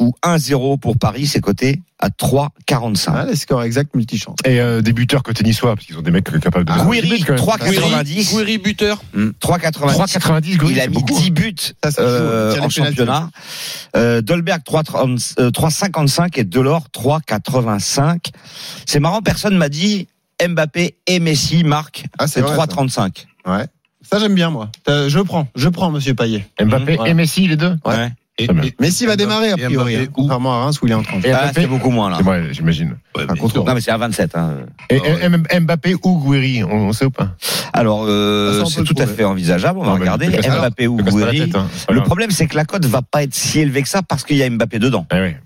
S7: ou 1-0 pour Paris, c'est coté à 3,45.
S5: Ah, les scores exacts multichance.
S6: Et euh, des buteurs côté niçois, parce qu'ils ont des mecs capables de.
S7: Gouiri, 3,90.
S8: Gouiri buteur
S7: Hmm, 3,90.
S6: 3,90 Gouiri,
S7: Il a
S6: c'est
S7: mis
S6: beaucoup.
S7: 10 buts
S5: Ça, c'est
S7: euh,
S5: chaud, tiens,
S7: en
S5: les pénaltys.
S7: championnat. Euh, Dolberg 3,30, euh, 3,55 et Delors 3,85. C'est marrant, personne m'a dit Mbappé et Messi marquent
S5: Ah, c'est
S7: c'est
S5: vrai,
S7: 3,35.
S5: Ça, j'aime bien, moi. Euh, Je prends, je prends, monsieur Payet.
S6: Mbappé
S5: Voilà.
S6: et Messi, les deux.
S7: Ouais.
S9: Et-
S6: Très bien.
S9: et-
S5: Messi va
S9: Mbappé-
S5: démarrer, a
S9: et
S5: priori,
S9: Mbappé
S5: hein,
S9: où
S5: contrairement à Reims où il est en train.
S6: Et
S7: Ah,
S6: Mbappé-
S7: c'est beaucoup moins là.
S6: C'est vrai, j'imagine.
S9: Ouais,
S5: Un
S9: bien
S5: contre
S9: sûr.
S7: Non mais c'est à 27. Hein.
S6: Et euh,
S9: Ah ouais.
S6: M- M- Mbappé ou Gouiri, on, on sait ou pas
S7: Alors euh,
S5: Ça, ça, on peut
S7: c'est
S5: le
S7: tout à
S5: trouver. Ah, bah,
S7: fait envisageable. On va
S6: Non, mais
S7: regarder
S6: tu te casses pas-
S7: Mbappé ou
S6: Je casse pas la
S7: Gouiri.
S6: tête, hein. C'est pas
S7: Le
S6: grave.
S7: problème c'est que la cote va pas être si élevée que ça parce qu'il y a Mbappé dedans.
S5: Eh
S6: Ah ouais.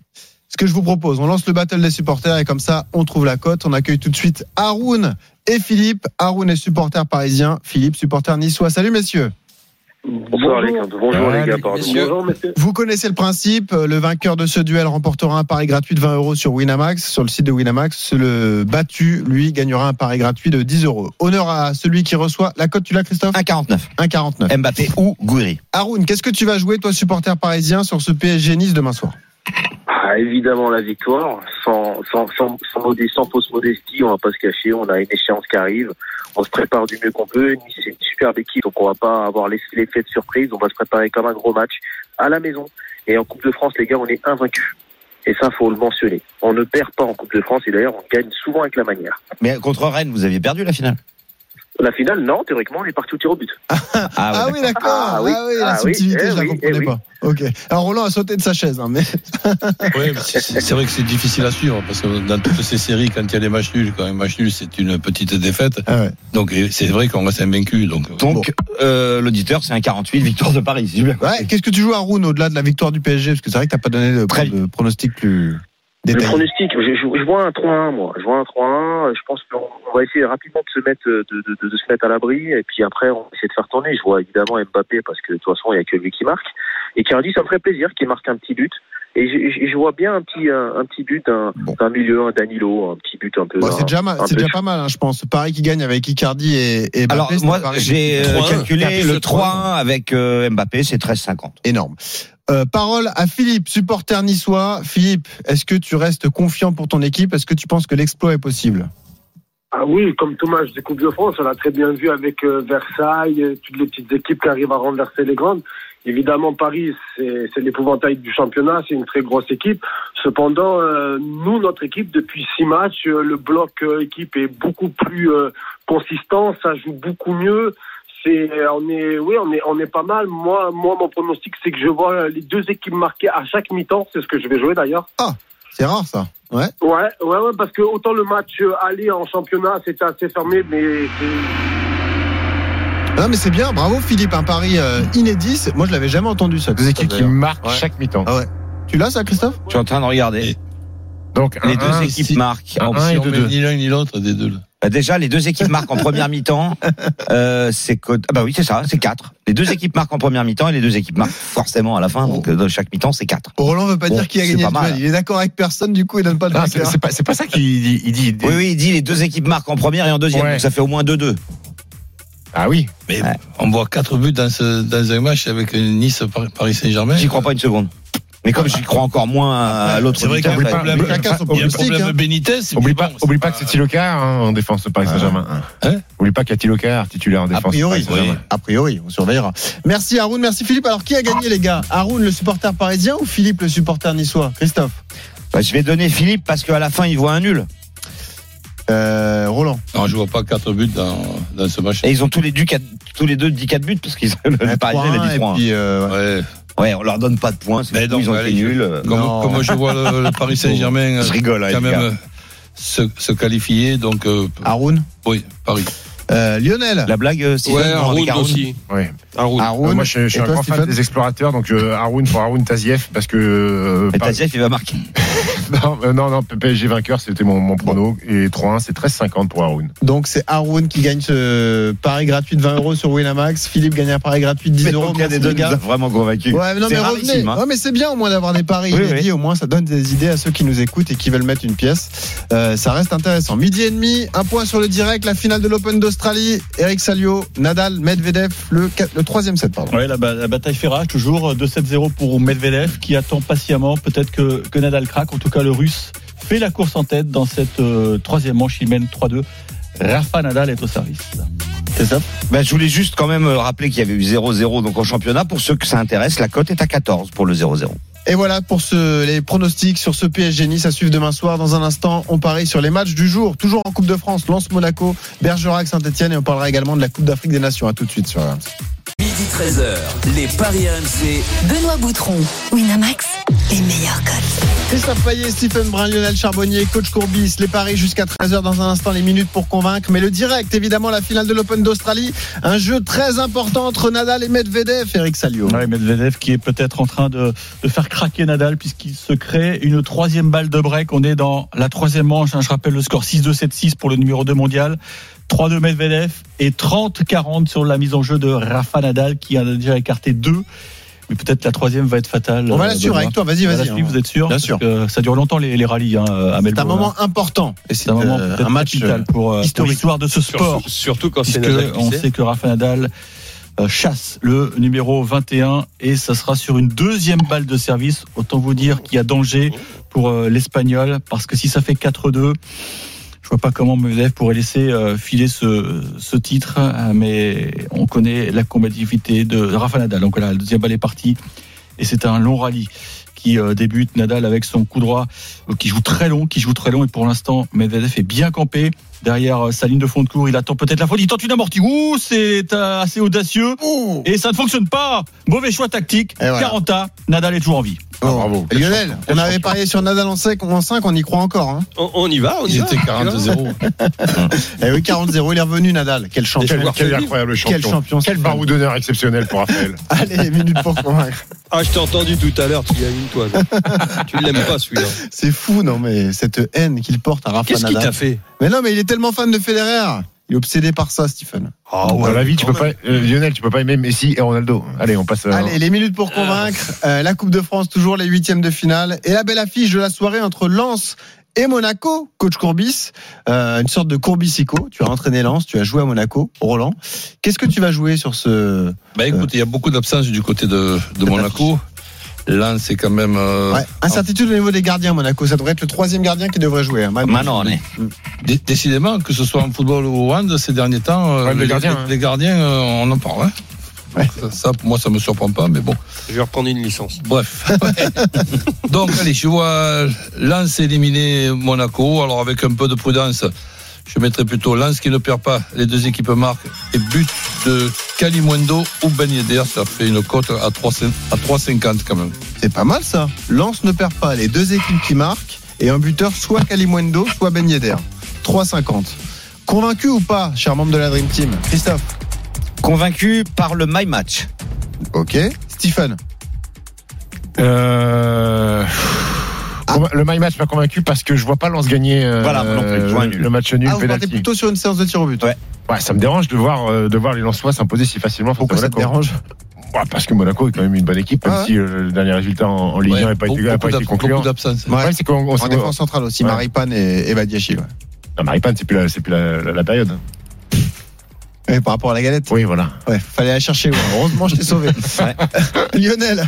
S5: Ce que je vous propose, on lance le battle des supporters et comme ça, on trouve la cote. On accueille tout de suite Haroun et Philippe. Haroun est supporter parisien, Philippe supporter niçois. Salut messieurs.
S13: Bonsoir les gars. Bonjour les gars, pardon.
S8: messieurs.
S13: Bonjour messieurs.
S5: Vous connaissez le principe. euh, Le vainqueur de ce duel remportera un pari gratuit de 20 euros sur Winamax, sur le site de Winamax. Le battu, lui, gagnera un pari gratuit de 10 euros. Honneur à celui qui reçoit la cote. Tu l'as, Christophe
S7: 1,49.
S5: 1,49.
S7: Mbappé ou Gouiri.
S5: Haroun, qu'est-ce que tu vas jouer, toi, supporter parisien, sur ce PSG Nice demain soir
S13: Ah, évidemment la victoire, sans, sans, sans, sans, modé- sans fausse modestie, on va pas se cacher, on a une échéance qui arrive, on se prépare du mieux qu'on peut, Nice c'est une superbe équipe, donc on va pas avoir les- l'effet de surprise, on va se préparer comme un gros match à la maison. Et en Coupe de France, les gars, on est invaincus. Et ça, faut le mentionner. On ne perd pas en Coupe de France et d'ailleurs, on gagne souvent avec la manière.
S7: Mais contre Rennes, vous aviez perdu la finale.
S13: La finale, non, théoriquement, on est parti au tir au but.
S5: Ah, oui, d'accord. Ah, oui, la
S13: Ah oui,
S5: subtilité,
S13: eh
S5: je la
S13: oui,
S5: comprenais
S13: eh oui.
S5: pas. Ok. Alors Roland a sauté de sa chaise, hein, mais
S9: Ouais, mais c'est- c'est c'est vrai que c'est difficile à suivre parce que dans toutes ces séries, quand il y a des matchs nuls, quand un match nul c'est une petite défaite.
S5: Ah
S9: Donc et c'est vrai qu'on reste invaincu. Donc,
S7: Donc, euh, l'auditeur, c'est un 48 victoire de Paris. si j'ai bien compris.
S5: Ouais, qu'est-ce que tu joues à Rouen au-delà de la victoire du PSG Parce que c'est vrai que t'as pas donné de, de pronostic plus
S13: Le
S5: détaillé.
S13: pronostic, je, je- je vois un 3-1, moi. Je vois un 3-1. euh, Je pense qu'on on va essayer rapidement de se mettre, euh, de, de- de- de se mettre à l'abri. Et puis après, on va essayer de faire tourner. Je vois évidemment Mbappé parce que de toute façon, il n'y a que lui qui marque. Et Cardi, ça me ferait plaisir qu'il marque un petit but. Et je, je- je vois bien un petit, un, un petit but d'un d'un milieu, un Danilo, un petit but un peu.
S5: Bon,
S13: un-
S5: Bah, c'est déjà, mal-
S13: un
S5: c'est
S13: peu
S5: déjà pas mal, hein, je pense. Paris qui gagne avec Icardi et, et Mbappé,
S7: Alors,
S5: c'est
S7: Eh ben, moi,
S5: Paris.
S7: j'ai euh,
S5: 3-1.
S7: calculé
S5: Tapis
S7: le
S5: ce
S7: 3-1 avec euh, Mbappé, c'est 13,50.
S5: Énorme. Euh, parole à Philippe, supporter niçois. Philippe, est-ce que tu restes confiant pour ton équipe Est-ce que tu penses que l'exploit est possible
S14: Ah oui, comme tout match de Coupe de France, on l'a très bien vu avec euh, Versailles, euh, toutes les petites équipes qui arrivent à renverser les grandes. Évidemment, Paris, c'est c'est l'épouvantail du championnat, c'est une très grosse équipe. Cependant, euh, nous, notre équipe, depuis six matchs, euh, le bloc euh, équipe est beaucoup plus euh, consistant, ça joue beaucoup mieux. C'est, on est, oui, on est, on est pas mal. Moi, moi, mon pronostic, c'est que je vois euh, les deux équipes marquées à chaque mi-temps. C'est ce que je vais jouer d'ailleurs.
S5: C'est rare ça. Ouais.
S14: Ouais, ouais, ouais, parce que autant le match euh, aller en championnat, c'était assez fermé, mais c'est-
S5: Non, mais c'est bien. Bravo Philippe, un pari euh, inédit. C'est- Moi, je l'avais jamais entendu ça.
S6: Deux équipes qui
S5: d'ailleurs.
S6: marquent
S5: Ouais.
S6: chaque mi-temps.
S5: Ah ouais. Tu l'as ça, Christophe
S7: Je suis en train de regarder.
S6: Donc,
S7: les
S6: un
S7: deux
S6: un,
S7: équipes
S6: si-
S7: marquent.
S6: un
S7: en-
S6: un
S7: si
S6: et
S7: on
S6: deux
S7: met
S6: deux.
S9: Ni l'un ni l'autre des deux. là.
S7: Bah, déjà, les deux équipes marquent en première mi-temps. Euh, c'est co- ah bah oui, c'est ça, c'est 4. Les deux équipes marquent en première mi-temps et les deux équipes marquent forcément à la fin. Donc, euh, dans chaque mi-temps, c'est 4.
S5: Roland veut pas
S7: Bon,
S5: dire qui a
S7: c'est
S5: gagné
S7: pas
S5: le
S7: mal.
S5: duel. Il est d'accord avec personne, du coup, il donne pas de
S6: Ah, c'est
S5: vainqueur.
S6: c'est pas, c'est pas ça qu'il dit. Il dit, il dit-
S7: Oui, oui, il dit les deux équipes marquent en première et en deuxième.
S6: Ouais.
S7: Donc, ça fait au moins 2-2.
S6: Ah oui.
S9: Mais on voit quatre buts dans, ce, dans un match avec Nice Par- Paris Saint-Germain.
S7: J'y crois pas une seconde. Mais comme j'y crois encore moins à l'autre
S9: C'est vrai qu'il y a un
S7: auditeur, bah,
S9: problème,
S5: Chacun son
S9: il y a un
S5: pronostic,
S9: problème
S5: hein.
S9: Benitez.
S6: Oublie
S9: mais
S6: pas,
S9: bon,
S6: oublie pas que c'est Tilocar hein, en défense de Paris Saint-Germain.
S9: Hein
S6: oublie pas qu'il y a Tilocar titulaire en
S5: A
S6: défense. de Paris
S5: priori,
S6: Saint-Germain.
S5: oui. a priori, on surveillera. Merci Haroun, merci Philippe. Alors qui a gagné les gars Haroun le supporter parisien ou Philippe le supporter niçois Christophe
S7: bah, je vais donner Philippe parce qu'à la fin, il voit un nul.
S5: Euh, Roland.
S9: Non, je vois pas quatre buts dans, dans ce match.
S7: Et ils ont tous les, deux, quatre- tous les deux 10-4 buts parce qu'ils le
S5: Un
S7: Parisien, il a
S5: 3-1,
S7: dit hein.
S5: et
S7: 3
S5: puis, euh, ouais.
S9: Ouais.
S7: Ouais, on leur donne pas de points. c'est
S9: Mais
S7: tout,
S9: non,
S7: ils ont
S9: allez,
S7: été nuls. euh,
S9: Comme,
S5: Non.
S9: comme je vois le, le Paris Saint-Germain euh,
S7: Je rigole, hein,
S9: quand
S7: les
S9: même
S7: gars.
S9: euh, se, se qualifier, donc euh,
S5: Haroun.
S9: oui, Paris.
S5: Euh, Lionel.
S7: La blague, euh, Stephen,
S8: Ouais,
S7: dans
S8: un
S7: les
S8: round
S7: Garonnes.
S8: aussi.
S6: Ouais.
S8: Un round.
S5: Haroun.
S6: Euh, moi, je, je suis
S5: Et
S6: un
S5: toi,
S6: grand fan
S5: Stéphane
S6: des explorateurs, donc euh, Haroun pour Haroun Taziev, parce que. euh,
S7: Mais
S6: par-
S7: Taziev, il va marquer.
S6: non, euh, non, non, PSG vainqueur, c'était mon, mon prono. Et 3-1, c'est 13-50 pour Haroun.
S5: Donc c'est Haroun qui gagne ce pari gratuit de 20 euros sur Winamax. Philippe gagne un pari gratuit de 10 euros.
S7: aucun
S5: Merci,
S7: des deux
S5: les
S7: nous
S5: gars.
S7: a vraiment convaincu.
S5: Ouais, mais non,
S7: C'est
S5: mais
S7: rarissime,
S5: revenez.
S7: hein.
S5: Ouais, mais c'est bien au moins d'avoir des paris
S7: Oui,
S5: inédits.
S7: oui.
S5: Au moins, ça donne des idées à ceux qui nous écoutent et qui veulent mettre une pièce. Euh, ça reste intéressant. Midi et demi, un point sur le direct, la finale de l'Open d'Australie. Eric Salio, Nadal, Medvedev, le, qua- le troisième set, pardon.
S12: Ouais, la, ba- la bataille ferrage, toujours euh, 2-7-0 pour Medvedev, qui attend patiemment peut-être que, que Nadal craque. En tout cas, le russe fait la course en tête dans cette euh, troisième manche. Il mène 3-2. Rafa Nadal est au service.
S5: C'est ça
S7: Ben, je voulais juste quand même euh, rappeler qu'il y avait eu 0-0 donc en championnat. Pour ceux que ça intéresse, la cote est à 14 pour le 0-0.
S5: Et voilà pour ce, les pronostics sur ce PSG Nice à suivre demain soir. Dans un instant, on parie sur les matchs du jour. Toujours en Coupe de France, Lance Monaco, Bergerac, Saint-Etienne et on parlera également de la Coupe d'Afrique des Nations. À tout de suite sur RMC.
S4: Midi 13h, les Paris RMC.
S3: Benoît Boutron, Winamax, les meilleurs codes.
S5: Christophe Payet, Stephen Brun, Lionel Charbonnier, coach Courbis, les paris jusqu'à 13h dans un instant, les minutes pour convaincre. Mais le direct, évidemment, la finale de l'Open d'Australie, un jeu très important entre Nadal et Medvedev, Eric Salio.
S12: Ouais, Medvedev qui est peut-être en train de, de faire craquer Nadal puisqu'il se crée une troisième balle de break. On est dans la troisième manche. hein. je rappelle le score 6-2-7-6 pour le numéro 2 mondial. 3-2 Medvedev et 30-40 sur la mise en jeu de Rafa Nadal qui en a déjà écarté deux. Mais peut-être la troisième va être fatale.
S5: On va
S12: euh,
S5: la suivre
S12: Benoît.
S5: avec toi, vas-y,
S12: On va la
S5: vas-y. hein.
S12: suivre, vous êtes sûr
S5: Bien
S12: Parce
S5: sûr.
S12: que ça dure longtemps les, les rallyes hein, à
S5: C'est un
S12: Melbourne.
S5: moment important. Et
S12: C'est un moment
S5: euh,
S12: peut-être
S5: un match
S12: capital pour, euh, pour
S5: historique.
S12: l'histoire de ce sport.
S8: Surtout, surtout quand c'est
S12: Puisque
S8: Nadal qui
S12: on
S8: sait.
S12: sait que Rafa Nadal euh, chasse le numéro 21 et ça sera sur une deuxième balle de service. Autant vous dire qu'il y a danger pour euh, l'Espagnol parce que si ça fait 4-2, je vois pas comment Medvedev pourrait laisser euh, filer ce, ce titre. euh, Mais on connaît la combativité de Rafa Nadal. Donc voilà, la deuxième balle est partie et c'est un long rallye qui qui euh, débute Nadal avec son coup droit euh, qui joue très long, qui joue très long et pour l'instant Medvedev est bien campé. Derrière euh, sa ligne de fond de cours, il attend peut-être la faute. Il tente une amortie. Ouh, c'est euh, assez audacieux. Et ça ne fonctionne pas. Mauvais choix tactique.
S5: Et voilà.
S12: 40 à Nadal est toujours en vie.
S8: Oh,
S5: Bon. Lionel, on avait parié sur Nadal en 5, en 5 on y croit encore. Hein.
S8: On, on y va, on y
S5: Ils
S8: va.
S5: étaient 42-0. Eh oui, 40-0, il est revenu Nadal. Quel champion.
S6: Quel, quel incroyable champion.
S5: Quel champion.
S6: Quel
S5: ce
S6: barreau d'honneur exceptionnel pour Raphaël.
S5: Allez, minute pour convaincre.
S8: Ah, je t'ai entendu tout à l'heure, tu y as une toi. là. tu l'aimes pas celui-là.
S5: C'est fou, non, mais cette haine qu'il porte à Rafa
S8: Qu'est-ce qu'il
S5: Nadal.
S8: t'a fait
S5: Mais non, mais il est tellement fan de Federer. Il est obsédé par ça, Stephen.
S8: Ah
S6: Dans la vie, tu peux pas, euh, Lionel, tu peux pas aimer Messi et Ronaldo. Allez, on passe. euh,
S5: Allez, les minutes pour convaincre. Euh, la Coupe de France, toujours les huitièmes de finale. Et la belle affiche de la soirée entre Lens et Monaco, coach Courbis. Euh, une sorte de Courbisico. Tu as entraîné Lens, tu as joué à Monaco, Roland. Qu'est-ce que tu vas jouer sur ce.
S9: Bah écoute, il y a beaucoup d'absences du côté de, de Monaco. Là, c'est quand même. euh,
S5: Ouais,
S8: Ah.
S5: incertitude au niveau des gardiens, Monaco. Ça devrait être le troisième gardien qui devrait jouer. hein. Manu.
S7: Manone.
S9: dé- Décidément, que ce soit en football ou au hand, ces derniers temps, euh,
S6: Ouais, le
S9: les,
S6: gardien,
S9: les-
S6: hein.
S9: les gardiens, euh, on en parle. hein.
S5: Ouais.
S9: Ça, ça, pour moi, ça me surprend pas, mais bon.
S8: Je vais reprendre une licence.
S9: Bref. Donc, allez, je vois Lens éliminer Monaco. Alors, avec un peu de prudence, je mettrai plutôt Lens qui ne perd pas. Les deux équipes marquent. Et but de Calimundo ou Ben Yedder. Ça fait une cote à 3,50 à 3,50 quand même.
S5: C'est pas mal ça. Lens ne perd pas. Les deux équipes qui marquent et un buteur soit Kalimundo, soit Ben Yedder. 3,50. Convaincu ou pas, cher membre de la Dream Team Christophe
S7: Convaincu par le My Match.
S5: Ok. Stephen
S6: Euh,
S5: Ah.
S6: conva- Le My Match m'a convaincu parce que je vois pas Lance gagner euh,
S7: Voilà, moi non plus, je vois un nul.
S6: le match nul.
S5: Ah, vous
S6: penalty.
S5: partez plutôt sur une séance de tir au but.
S7: Ouais.
S6: Ouais, ça me dérange de voir, euh, de voir les Lensois s'imposer si facilement face
S5: Pourquoi
S6: à
S5: ça te
S6: Monaco.
S5: dérange
S6: Ouais, parce que Monaco est quand même une bonne équipe, même
S5: Ah ouais.
S6: si euh, le dernier résultat en, en Ligue 1 n'a pas
S9: beaucoup
S6: été, a pas été
S9: d'ab-
S6: concluant.
S9: beaucoup d'absences.
S6: Le problème, c'est qu'on on
S5: En
S6: s'est-
S5: défense centrale aussi,
S6: Ouais.
S5: Maripane et, et Badiachil. ouais.
S6: Non, Maripane, c'est plus, la, c'est plus la, la- la période.
S5: Et par rapport à la galette,
S6: Oui, voilà.
S5: ouais, fallait la chercher. ouais. Heureusement, je t'ai sauvé. Lionel,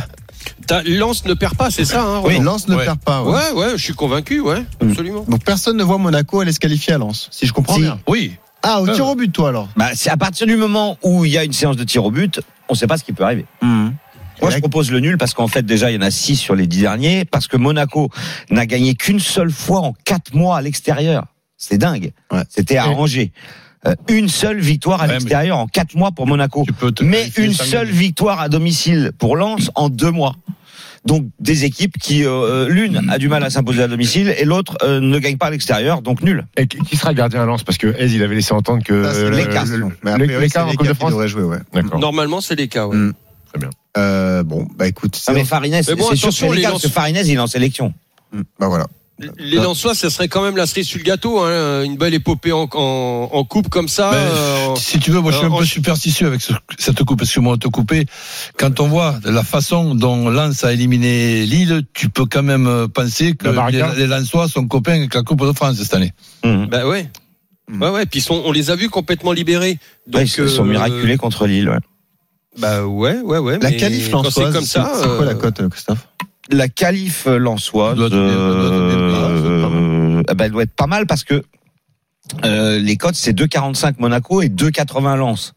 S8: T'as- Lens ne perd pas, c'est ça, hein, Roland
S5: Lens ne
S9: Ouais.
S5: perd pas. ouais.
S8: Ouais, ouais, je suis convaincu, ouais,
S5: Mm.
S8: absolument.
S5: Donc personne ne voit Monaco aller se qualifier à Lens, si je comprends
S7: Si.
S5: bien.
S9: Oui,
S5: Ah, au
S9: Ouais,
S5: tir au but, toi alors
S7: Bah, c'est à partir du moment où il y a une séance de tir au but, on ne sait pas ce qui peut arriver.
S8: Hmm.
S7: Moi,
S5: Et
S7: je
S5: là-
S7: propose le nul parce qu'en fait, déjà, il y en a 6 sur les 10 derniers, parce que Monaco n'a gagné qu'une seule fois en 4 mois à l'extérieur. C'est dingue.
S5: Ouais.
S7: C'était à
S6: Ouais.
S7: Angers. Euh, une seule victoire à
S9: Ouais, mais-
S7: l'extérieur en 4 mois pour Monaco.
S9: tu peux te
S7: Mais
S9: qualifier
S7: une
S9: cinq
S7: seule
S9: minutes.
S7: victoire à domicile pour Lens en 2 mois. Donc des équipes qui euh, l'une a du mal à s'imposer à domicile et l'autre euh, ne gagne pas à l'extérieur, donc nul.
S6: Et qui qui sera le gardien à Lens Parce que Hez, il avait laissé entendre que.
S5: Ça, c'est
S6: euh,
S7: l'écart.
S6: le- le-
S5: Mais a
S6: le-
S5: priori, c'est
S6: L'écart en
S5: les
S6: Coupe de
S5: quatre qui
S6: France
S5: devraient jouer, ouais.
S6: D'accord.
S8: Normalement, c'est les cas, ouais.
S5: Mm.
S6: Très bien.
S5: Euh, bon, bah écoute, c'est-
S7: Non, Ah, mais Farines, c'est
S8: bon,
S7: sûr que
S8: attention,
S7: c'est
S8: les
S7: l'écart, parce que
S8: Lensois-
S7: Farines, il est en sélection.
S5: bah voilà.
S7: Ah.
S8: Les Lensois, ça serait quand même la cerise sur le gâteau, hein, une belle épopée en, en- en coupe comme ça.
S7: Bah,
S9: Ben,
S8: euh,
S9: si tu veux, moi je suis
S8: euh,
S9: un
S8: en-
S9: peu superstitieux avec ce- cette coupe, excuse-moi de te couper. Quand on voit la façon dont Lens a éliminé Lille, tu peux quand même euh, penser que
S6: La
S9: les,
S6: barricade.
S9: les Lensois sont copains avec la Coupe de France cette année.
S6: Mmh.
S8: Bah ouais. Ouais, ouais. Puis ils sont- on les a vus complètement libérés. Donc,
S7: Ouais, Mm. Ah, ils se sont
S8: euh,
S7: miraculés contre Lille. ouais.
S8: Bah ouais, ouais, ouais.
S5: La
S8: mais
S5: qualif
S8: quand c'est
S5: lançoise,
S8: comme ça.
S5: c'est quoi la
S8: euh,
S5: cote, Christophe
S7: La qualif lançoise,
S9: Doit donner- doit donner le meilleur,
S7: euh, ah bah, elle doit être pas mal parce que euh, les cotes, c'est 2,45 Monaco et 2,80 Lens.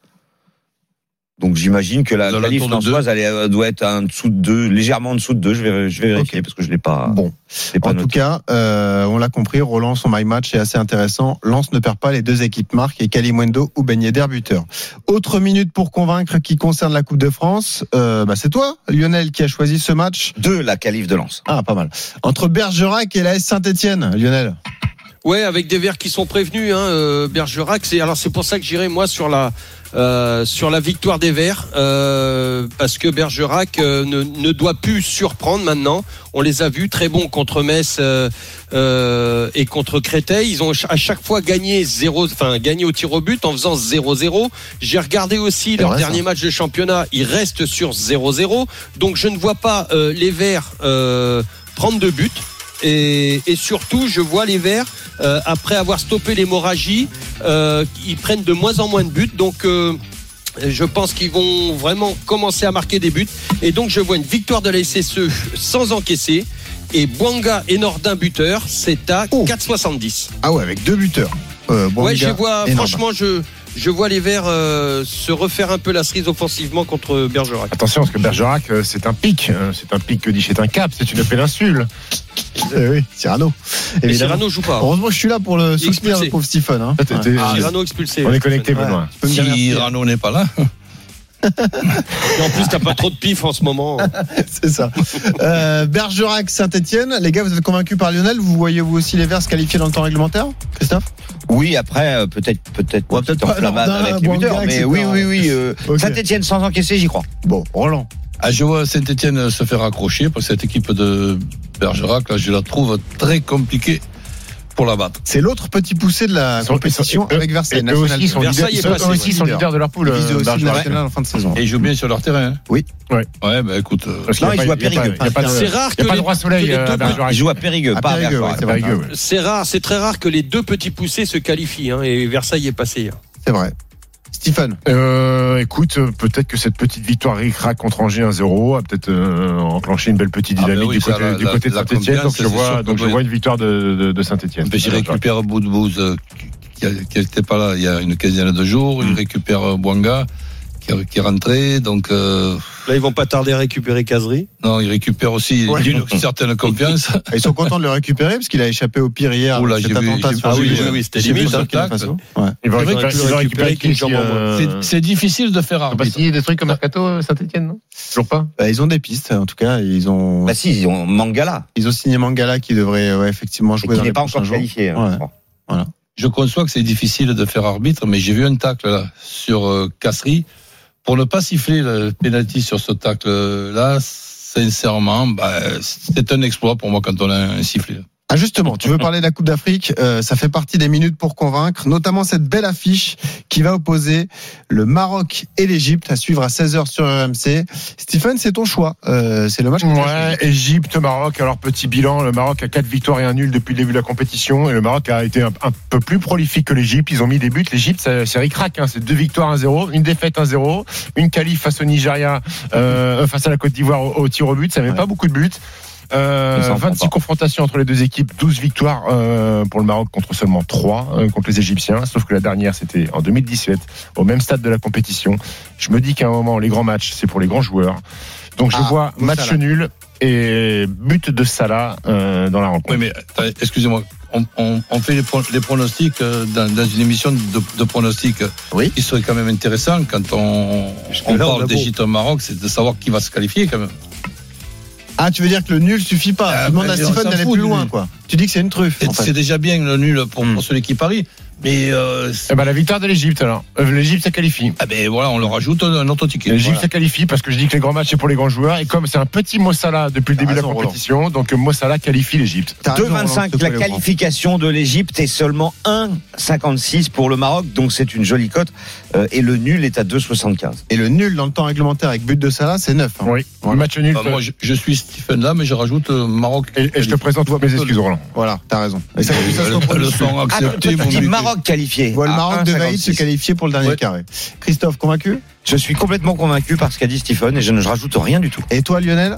S7: Donc j'imagine que la
S9: Dans la
S7: qualif
S9: tour de deux.
S7: lançoise, elle est, euh, doit être en dessous de 2, légèrement en dessous de 2. Je vais, je vais vérifier parce que je l'ai pas.
S5: Bon,
S7: je l'ai pas
S5: en tout
S7: noté.
S5: cas, euh, on l'a compris, Roland, son my match est assez intéressant. Lens ne perd pas, les deux équipes marquent et Kalimundo ou Ben Yedder buteur. Autre minute pour convaincre qui concerne la Coupe de France, euh, bah c'est toi, Lionel, qui a choisi ce match.
S7: Deux, la qualif de Lens.
S5: Ah, pas mal. Entre Bergerac et la S Saint-Etienne, Lionel.
S8: Ouais, avec des verts qui sont prévenus, hein, euh, Bergerac. C'est alors c'est pour ça que j'irai moi sur la euh, sur la victoire des verts euh, parce que Bergerac euh, ne, ne doit plus surprendre maintenant. On les a vus très bons contre Metz euh, euh, et contre Créteil. Ils ont ch- à chaque fois gagné zéro, enfin gagné au tir au but en faisant 0-0. J'ai regardé aussi leur
S5: vrai, ça.
S8: dernier match de championnat. Ils restent sur 0-0. Donc je ne vois pas euh, les verts euh, prendre de buts. Et, et surtout, je vois les Verts, euh, après avoir stoppé l'hémorragie, euh, ils prennent de moins en moins de buts. Donc, euh, je pense qu'ils vont vraiment commencer à marquer des buts. Et donc, je vois une victoire de la SSE sans encaisser. Et Bouanga et Nordin buteur, c'est à
S5: Oh.
S8: 4,70.
S5: Ah ouais, avec deux buteurs. Euh,
S8: ouais,
S5: Boanga
S8: je les vois,
S5: et Nordin.
S8: franchement, je, je vois les Verts euh, se refaire un peu la cerise offensivement contre Bergerac.
S6: Attention, parce que Bergerac, euh, c'est un pic. euh, C'est un pic que dit c'est un cap, c'est une péninsule.
S5: Eh oui, Cyrano.
S8: Mais
S5: évidemment.
S8: Cyrano joue
S9: hein.
S8: pas. hein.
S5: Heureusement, je suis là pour le
S8: Il est
S5: soutenir,
S8: expulsé.
S5: le pauvre Stephen. hein.
S6: Ah, t'es- t'es-
S5: Ah,
S8: Cyrano expulsé.
S6: On est connecté, Benoît.
S5: tu peux me dire merci.
S9: Si Rano n'est pas là.
S8: Et en plus, t'as pas trop de pif en ce moment.
S5: C'est ça. Euh, Bergerac, Saint-Etienne. Les gars, vous êtes convaincus par Lionel Vous voyez vous aussi les Verts se qualifier dans le temps réglementaire Christophe
S7: Oui, après, euh, peut-être, peut-être,
S5: Ouais, peut-être
S7: petite
S5: pas
S7: enflammade
S5: Nardin,
S7: avec les
S5: Wanga,
S7: buteurs, mais
S5: etc.
S7: oui, oui, oui. euh,
S5: Ok.
S7: Saint-Etienne sans encaisser, j'y crois.
S5: Bon, Roland.
S9: Ah, je vois Saint-Etienne se faire accrocher pour cette équipe de Bergerac. Là, je la trouve très compliquée pour la battre.
S5: C'est l'autre petit poussé de la
S6: Ils sont-
S5: compétition
S6: ils sont-
S5: avec Versailles.
S6: et eux aussi sont
S5: National.
S8: Versailles
S6: leaders,
S8: est
S6: ils sont-
S8: passé,
S6: eux aussi
S5: ouais.
S6: sont leaders de leur poule.
S5: Ils visent
S6: euh,
S5: aussi le
S6: Bergerac.
S5: national en fin de saison.
S9: Et ils jouent bien sur leur terrain. hein.
S5: Oui.
S6: Ouais.
S9: Ouais, bah écoute. euh,
S6: Parce qu'il y
S7: Non,
S6: a
S7: ils
S6: pas-
S7: jouent à
S6: il y a pas-
S7: Périgueux.
S6: il y a pas de-
S8: C'est rare
S6: Il
S8: que
S6: n'y a pas de
S8: les-
S6: roi soleil
S8: que les
S6: euh,
S8: deux
S6: à Bergerac.
S7: Ils jouent à Périgueux,
S5: À
S7: pas à
S5: Périgueux,
S7: Versailles.
S5: ouais, c'est
S6: C'est
S5: vrai.
S6: Périgueux, ouais.
S8: C'est rare, c'est très rare que les deux petits poussés se qualifient. hein, et Versailles est passé. hein.
S5: C'est vrai. Stephen,
S6: Euh, écoute, euh, peut-être que cette petite victoire ric-rac contre Angers 1-0 a peut-être euh, enclenché une belle petite
S9: Ah ben
S6: dynamique
S9: oui,
S6: du
S9: ça,
S6: côté,
S9: la-
S6: du
S9: la-
S6: côté de
S9: la
S6: Saint-Etienne. Donc
S9: confiance,
S6: je
S9: c'est sûr
S6: vois,
S9: que
S6: donc je
S9: oui.
S6: vois une victoire de, de, de Saint-Etienne.
S9: Puis il récupère Boudbouze euh, qui- qui n'était pas là il y a une quinzaine de jours.
S6: Hmm.
S9: Il récupère euh, Bouanga qui, qui est rentré. Donc, euh,
S8: Là, ils vont pas tarder à récupérer Casery.
S9: non, il récupère aussi
S5: Ouais.
S9: une certaine confiance.
S5: Ah, ils sont contents de le réccuérer parce qu'il a échappé au pire hier.
S9: Oh là,
S5: avec
S9: j'ai
S5: cet
S9: vu-
S5: attentat
S9: j'ai-
S5: sur
S9: ah oui,
S5: Jules.
S9: oui, oui, c'était
S5: J'ai vu
S9: limite,
S5: le Burkina
S9: hein, tac.
S5: Faso. Ouais.
S6: Ils vont
S8: C'est vrai
S6: récupérer,
S8: que tu
S6: ils vont
S8: récupères
S6: récupérer
S8: avec une
S6: Kishi,
S8: jambe en moins.
S6: euh,
S9: C'est- C'est difficile de faire
S6: Ah bah,
S9: arbitre.
S6: si, des trucs comme Mercato euh, Saint-Etienne, non Toujours pas
S5: Bah, ils ont des pistes, en tout cas. Ils ont,
S7: Bah si, ils ont Mangala,
S5: ils ont signé Mangala qui devrait ouais, effectivement
S7: et
S5: jouer
S7: qui
S5: dans
S7: n'est
S5: les
S7: pas
S5: prochains
S7: encore
S5: jours.
S7: qualifié.
S5: Ouais.
S7: hein, je crois.
S9: Je conçois que c'est difficile de faire arbitre, mais j'ai vu un tacle là, sur euh, Casserie. Pour ne pas siffler le penalty sur ce tacle-là, sincèrement, bah, c'est un exploit pour moi quand on a un sifflet.
S5: Ah justement, tu veux parler de la Coupe d'Afrique, euh, ça fait partie des minutes pour convaincre, notamment cette belle affiche qui va opposer le Maroc et l'Égypte à suivre à 16h sur RMC. Stephen, c'est ton choix, euh, c'est le match. que tu as
S6: Ouais,
S5: choisi.
S6: Égypte, Maroc. Alors, petit bilan, le Maroc a 4 victoires et un nul depuis le début de la compétition. Et le Maroc a été un, un peu plus prolifique que l'Égypte. Ils ont mis des buts. L'Égypte, ça- c'est ric-rac. Hein. C'est 2 victoires 1-0, une défaite 1-0, une qualif face au Nigeria, euh, euh, face à la Côte d'Ivoire au, au tir au but. Ça met
S5: Ouais.
S6: pas beaucoup de buts. Euh,
S7: Ça s'en prend
S6: 26
S7: pas.
S6: confrontations entre les deux équipes, 12 victoires euh, pour le Maroc contre seulement 3 contre les Égyptiens, sauf que la dernière c'était en 2017 au même stade de la compétition. Je me dis qu'à un moment les grands matchs c'est pour les grands joueurs. Donc je
S5: Ah,
S6: vois
S5: donc
S6: match
S5: Salah.
S6: nul et but de Salah euh, dans la rencontre.
S9: Oui, mais attendez, excusez-moi, on, on- on fait les, pro- les pronostics euh, dans, dans une émission de, de pronostics euh,
S5: Oui.
S9: qui serait quand même intéressant quand on, on
S8: là, on a
S9: parle
S8: beau.
S9: d'Égypte au Maroc, c'est de savoir qui va se qualifier quand même.
S5: Ah, tu veux dire que le nul suffit pas
S9: Ah,
S5: Tu demandes
S9: bah,
S5: à
S9: on
S5: Stephen
S9: s'en
S5: d'aller
S9: fout
S5: plus
S9: du
S5: loin,
S9: nul.
S5: quoi. Tu dis que c'est une truffe.
S9: C'est
S5: en fait.
S9: c'est déjà bien le nul pour,
S5: Mm.
S9: pour celui qui parie, mais euh,
S6: Hmm.
S9: c'est-
S6: Eh ben, la victoire de l'Égypte alors. Euh, L'Égypte se qualifie.
S9: ah ben voilà, on leur ajoute un autre ticket.
S6: L'Égypte
S9: Voilà.
S6: se qualifie parce que je dis que les grands matchs c'est pour les grands joueurs et comme c'est un petit Mossala depuis le
S5: T'as
S6: début de la
S5: raison, Roland.
S6: compétition, donc euh, Mossala qualifie l'Égypte.
S5: T'as raison, hein, Roland, je
S7: 2,25
S5: te
S7: la
S5: connais, Laurent.
S7: qualification de l'Égypte est seulement 1,56 pour le Maroc, donc c'est une jolie cote. euh, et le nul est à 2,75.
S5: Et le nul dans le temps réglementaire avec but de Salah, c'est neuf. hein.
S6: Oui.
S5: Voilà.
S6: Match nul.
S9: Bah, moi, je, je suis Stephen là, mais je rajoute euh, Maroc.
S6: et, et je te présente mes excuses Roland.
S5: Voilà, t'as raison. Et ça, ça se
S9: le,
S5: reproduit.
S9: le sang
S7: Ah, toi,
S9: accepté.
S7: t'as
S9: mon
S7: dit
S9: but.
S7: Maroc qualifié.
S5: Je vois le
S7: à
S5: Maroc de Vaïd se
S7: 1,56.
S5: qualifier pour le dernier
S9: Ouais.
S5: carré. Christophe, convaincu
S7: Je suis complètement convaincu par ce qu'a dit Stephen et je ne je rajoute rien du tout.
S5: Et toi, Lionel